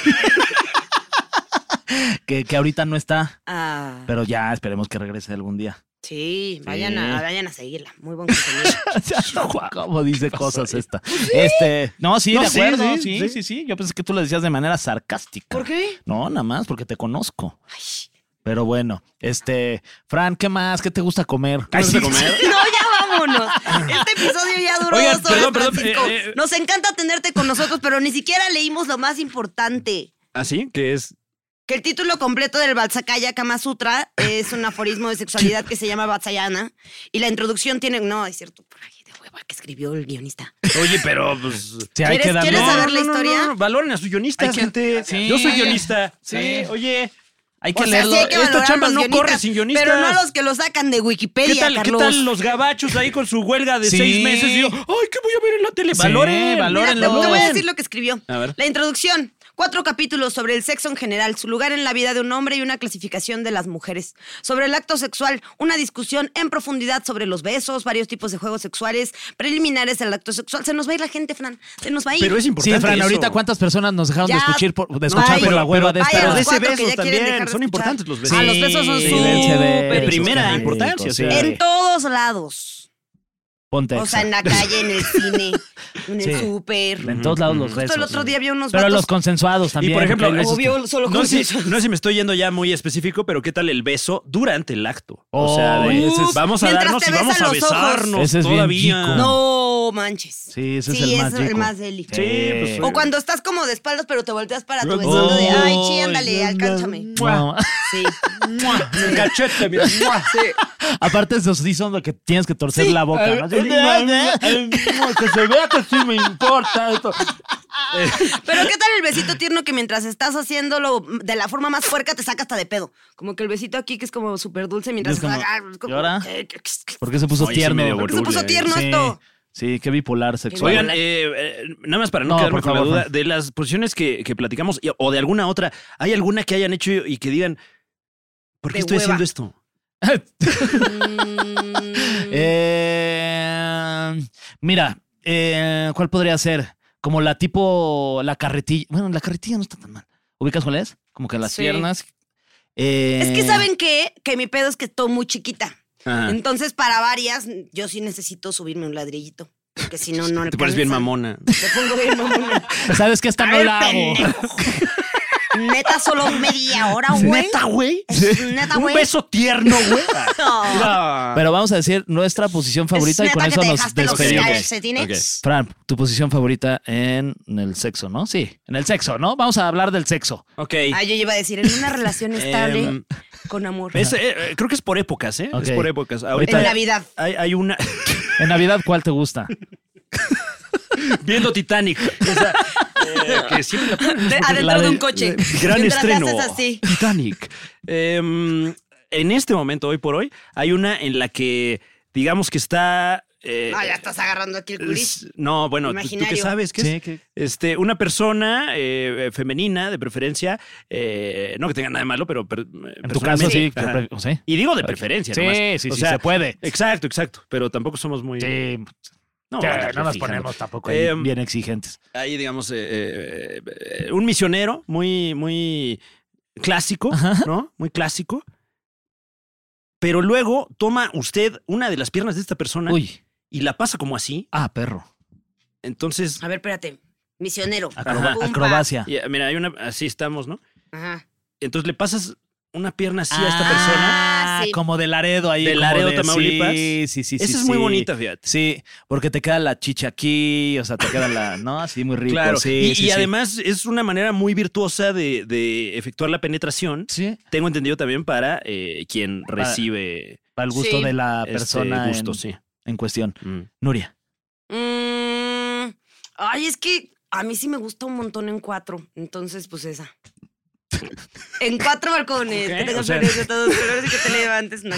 que, que ahorita no está,
Ah,
pero ya esperemos que regrese algún día.
sí, vayan a vayan a seguirla. Muy buen contenido.
¿Cómo dice cosas esta? Este, no, sí,
No,
de
sí,
acuerdo. Sí
sí,
sí, sí,
sí.
Yo pensé que tú lo decías de manera sarcástica.
¿Por qué?
No, nada más porque te conozco.
Ay.
Pero bueno, este, Fran, ¿qué más? ¿Qué te gusta comer?
Ay, sí, comer?
No, ya vámonos. Este episodio ya duró
Oigan,
dos horas,
perdón, perdón,
Francisco.
eh, eh.
Nos encanta tenerte con nosotros, pero ni siquiera leímos lo más importante.
Así que es
Que el título completo del Balsakaya Kama Sutra es un aforismo de sexualidad que se llama Vatsayana. Y la introducción tiene. No, es cierto, por ahí de hueva que escribió el guionista.
Oye, pero pues.
Sí, hay que
¿Quieres-
darle-
quieres saber la historia?
Valoren a sus guionistas, gente.
Sí.
Yo soy guionista.
Sí.
Oye,
Hay que
O sea,
leerlo.
sí hay que
Esta
valorar
chamba
los
no
guionistas,
corre sin guionistas.
Pero no a los que lo sacan de
¿qué
Wikipedia,
tal, qué
Carlos.
tal los gabachos ahí con su huelga de
Sí.
seis meses? Y yo, ay, ¿qué voy a ver en la tele?
Sí,
Valoren.
Mira,
valoren.
te-
Valórenlo.
te voy a decir lo que escribió.
A ver.
La introducción. Cuatro capítulos sobre el sexo en general, su lugar en la vida de un hombre y una clasificación de las mujeres. Sobre el acto sexual, una discusión en profundidad sobre los besos, varios tipos de juegos sexuales, preliminares al acto sexual. Se nos va a ir la gente, Fran. Se nos va a ir.
Pero es
Sí,
importante.
Fran,
eso.
ahorita cuántas personas nos dejaron
Ya.
de escuchar por, de
No,
escuchar
ay,
por la
pero-
hueva de
pero
esta
vaya,
Pero
los
ese
cuatro que
besos
ya quieren dejar
también.
de escuchar.
Son importantes los besos.
Ah, los besos son
Sí, dense
súper
besos,
De primera
qué rico,
importancia, o
sí.
sea.
En todos lados.
Ponte
O sea,
exa.
en la calle, en el cine, en el
Sí.
súper.
En todos lados los rezos.
Justo el otro día había unos
Pero
vatos-
los consensuados también.
por ejemplo,
porque hay veces
Obvio, solo
No
con
sé,
eso.
no sé si me estoy yendo ya muy específico, pero ¿qué tal el beso durante el acto? o sea,
Oh,
de-
ese es-
vamos a
Mientras
darnos
te
y vamos
besan
a
los ojos.
besarnos
Ese es bien
todavía.
chico.
No manches.
Sí, ese es el más
es el
rico.
más deli.
Sí, pues,
O cuando estás como de espaldas, pero te volteas para tu
Oh,
vecino de, ay,
ay,
chi, ándale,
no,
alcánchame.
no.
Sí.
El cachete, mira.
Aparte, esos sí son los que tienes que torcer la boca. ¿no? Así,
que se vea que sí me importa esto.
Pero ¿qué tal el besito tierno que mientras estás haciéndolo de la forma más puerca te saca hasta de pedo? Como que el besito aquí que es como súper dulce mientras
Es como,
estás... ah, es como-
¿y ahora? ¿Por qué se puso
Oye, sí,
tierno?
medio
¿Por qué
Se puso tierno esto.
Sí, qué bipolar sexual.
Oigan, eh, eh, nada más para no,
No,
quedarme
por
con la
favor,
duda,
Fran.
de las posiciones que, que platicamos y- o de alguna otra, ¿hay alguna que hayan hecho y que digan, ¿por qué
De
estoy
hueva.
haciendo esto?
Mm,
Eh, mira, eh, ¿cuál podría ser? Como la tipo, la carretilla. Bueno, la carretilla no está tan mal. ¿Ubicas cuál es? Como que las
Sí.
piernas. eh,
Es que ¿saben qué? Que mi pedo es que estoy muy chiquita.
Ah.
Ajá.
Entonces, para varias, yo sí necesito subirme un ladrillito. Porque si no, no
Te pones bien
alcanza.
mamona.
Me pongo bien mamona.
¿Sabes que esta no
Ay,
la hago?
pendejo. Neta solo media hora, güey.
¿Neta, güey?
Es neta,
Un
güey.
beso tierno, güey.
No.
Ah.
Pero vamos a decir nuestra posición favorita y
neta
con
que
eso
te
nos
dejaste los ¿eh?
despedimos.
calcetines.
Fran, tu posición favorita en el sexo, ¿no? Sí, en el sexo, ¿no? Vamos a hablar del sexo.
Ok.
Ah, yo iba a decir, en una relación estable,
Em,
con amor.
es, eh, eh, creo que es por épocas, ¿eh?
Ok.
Es por épocas.
Ahorita-
Ahorita
en Navidad.
hay, hay una...
En Navidad, ¿cuál te gusta?
Viendo Titanic. O sea, eh, que siempre la ponen.
De-
la
adentro de
del-
un coche. Mientras
Gran
le
estreno.
haces así.
Titanic. Em, en este momento, hoy por hoy, hay una en la que, digamos que está. eh,
No, Ah, ya estás agarrando aquí el culis.
es- no, bueno, tú- tú que
Imaginario.
sabes que
Sí, que-
Este, una persona eh, femenina, de preferencia, eh, no que tenga nada de malo, pero. per-
En tu caso, sí.
personalmente- Ajá.
te pre- sí.
Y digo de preferencia,
Sí,
nomás.
sí,
O
sí,
sea,
se puede.
Exacto, exacto. Pero tampoco somos muy.
Sí,
No,
sí,
bueno,
no nos
fijando.
ponemos tampoco ahí
Eh,
bien exigentes.
Ahí, digamos, eh, eh, eh, un misionero muy, muy clásico, ¿no? Muy clásico. Pero luego toma usted una de las piernas de esta persona
Uy,
y la pasa como así.
ah, perro.
Entonces,
Ah,
A ver, espérate. Misionero.
Acroba-
Pumpa.
acrobacia.
y, eh, mira, hay una. Así estamos, ¿no?
Ajá.
Entonces le pasas una pierna así a esta
Ah,
persona.
sí.
Como de Laredo ahí.
De
como
Laredo, Tamaulipas.
Sí, sí, sí.
Esa
sí,
es muy
sí.
bonita, fíjate.
Sí, porque te queda la chicha aquí, o sea, te queda la. No, así muy rico.
Claro.
sí,
y
sí,
y
sí.
además es una manera muy virtuosa de, de efectuar la penetración.
Sí,
Tengo entendido también para eh, quien
Para-
recibe
para el gusto
Sí.
de la
este
persona
gusto,
en,
sí.
en cuestión.
Mm.
Nuria.
Mm, ay, es que a mí sí me gusta un montón en cuatro. Entonces, pues esa. En cuatro balcones.
Ok,
que
o
tengas
sea-
flores de todos los colores y que te levantes. No.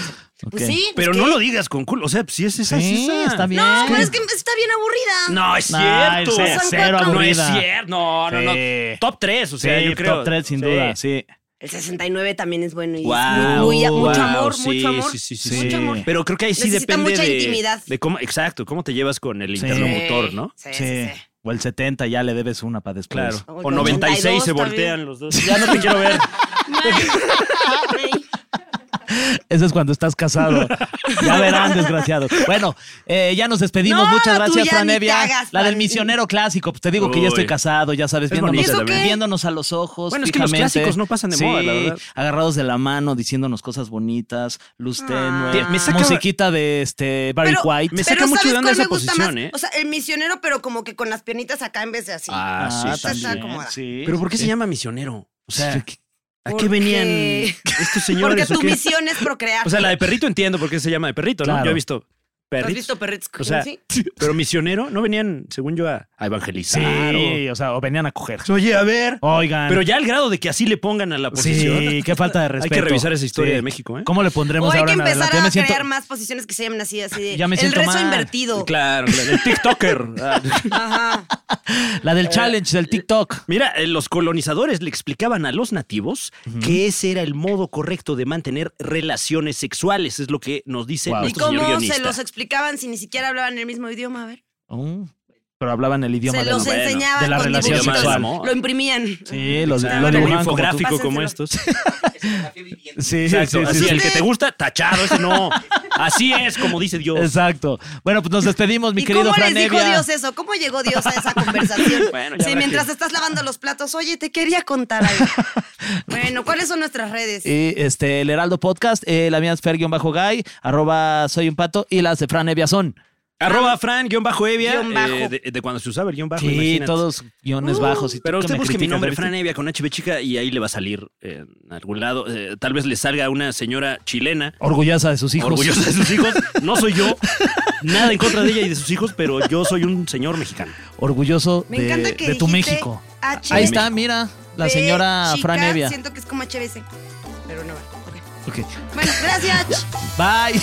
Pues
Ok.
sí. pues
Pero
que-
no lo digas con culo. O sea, si es esa,
Sí,
es esa.
está bien.
No, pero es que está bien aburrida.
No, es
Ay,
cierto.
sea
Son
cero
cuatro.
no es
aburrida.
cierto. No, no, no.
Sí.
Top 3, o sea,
sí,
yo creo.
top 3 sin
Sí.
duda, sí.
El 69 también es bueno. Y es
Guau,
muy- muy- mucho
guau,
amor,
sí,
mucho amor.
sí, sí, sí,
mucho
sí.
amor.
Pero creo que ahí sí
Necesita
depende
mucha
de,
intimidad.
de cómo, exacto, cómo te llevas con el
Sí.
interlocutor, ¿no?
Sí, Pues, sí,
Sí.
sí.
O el 70 ya le debes una para después.
Claro.
O
O
el
96 se
82
voltean los dos. Ya no te quiero ver.
Eso es cuando estás casado. Ya verán, desgraciados. Bueno, eh, ya nos despedimos.
No,
Muchas
tú
gracias,
ya
Fran
ni te
Evia.
hagas,
La del
Fran.
misionero clásico. Pues te digo que ya estoy
Uy.
casado, ya sabes,
Es
viéndonos,
bonito
también.
viéndonos a los ojos.
Bueno, es que los
fijamente.
clásicos no pasan de moda, la verdad.
Agarrados de la mano, diciéndonos cosas bonitas, luz tenue.
Tien- me
saca-
musiquita de este Barry
Pero-
White.
Me saca
pero
mucho
¿sabes
de onda
cuál
esa
me gusta
posición,
más?
¿eh?
O sea, el misionero, pero como que con las piernitas acá en vez de así.
Ah, sí,
está
sí, sí.
tan cómoda.
sí.
Pero ¿por qué se llama misionero? O sea, ¿a
Porque-
qué venían estos
Porque
señores? o
tu
qué?
misión es procrear.
O sea, la de perrito entiendo por qué se llama de perrito, ¿no?
Claro.
Yo he visto
¿Has
perritos.
visto perritos?
O sea,
¿Sí?
pero misionero no venían, según yo, a, a evangelizar.
Sí, o sea, o venían a coger.
o- Oye, a ver.
Oigan.
Pero ya al grado de que así le pongan a la posición.
Sí, qué falta de
que
respeto.
revisar esa historia de México, ¿eh?
¿Cómo le
O
pondremos
hay que
ahora en
empezar
adelante?
a
Ya me
crear
siento-
más posiciones que se llamen así, así de
Ya me
el
siento
rezo
mal.
invertido.
Claro, el TikToker. Ah,
Ajá.
La
Eh.
del challenge del TikTok.
Mira, eh, los colonizadores le explicaban a los nativos que ese era el modo correcto de mantener relaciones sexuales, es lo que nos dice
Wow.
¿Y
nuestro señor
cómo se
guionista.
los explicaban si ni siquiera hablaban el mismo idioma? A ver.
Oh. pero hablaban el idioma
Se
de
los
la,
enseñaban
de la
con
relación
dibujitos,
sexual.
amor.
Lo imprimían.
Sí, los, lo
Claro.
Un
dibujaban como tú.
infográfico como
Pásenselo.
estos.
Sí,
Exacto.
sí, sí,
así
sí.
el que te gusta, tachado, ese no. Así es, como dice Dios.
Exacto. Bueno, pues nos despedimos, mi
¿Y
querido
cómo
Fran
les dijo
Evia.
Dios eso? ¿Cómo llegó Dios a esa conversación?
Bueno, ya
sí,
habrá
mientras estás lavando los platos, oye, te quería contar algo. bueno, ¿cuáles son nuestras redes?
Y este, el Heraldo Podcast, eh, la mía es fer-guy, arroba soy un pato y las de Fran Evia son.
Arroba Fran, guión bajo Evia.
Guión bajo.
eh, de, de cuando se usaba el guión bajo.
Sí,
imagínate.
todos guiones
Uh,
bajos. Y tú
Pero
que
usted
me
busque mi
criticas,
nombre,
¿ya
Fran
viste?
Evia, con HB chica, y ahí le va a salir eh, en algún lado. Eh, tal vez le salga una señora chilena.
Orgullosa de sus hijos.
Orgullosa de sus hijos. No soy yo. Nada en contra de ella y de sus hijos, pero yo soy un señor mexicano.
Orgulloso
Me
de,
encanta que
de tu
dijiste
México.
H-
Ahí está, mira, la
B,
señora
chica,
Fran Evia.
Siento que es como HBC, pero no va. Ok.
Ok.
Bueno, gracias.
Bye.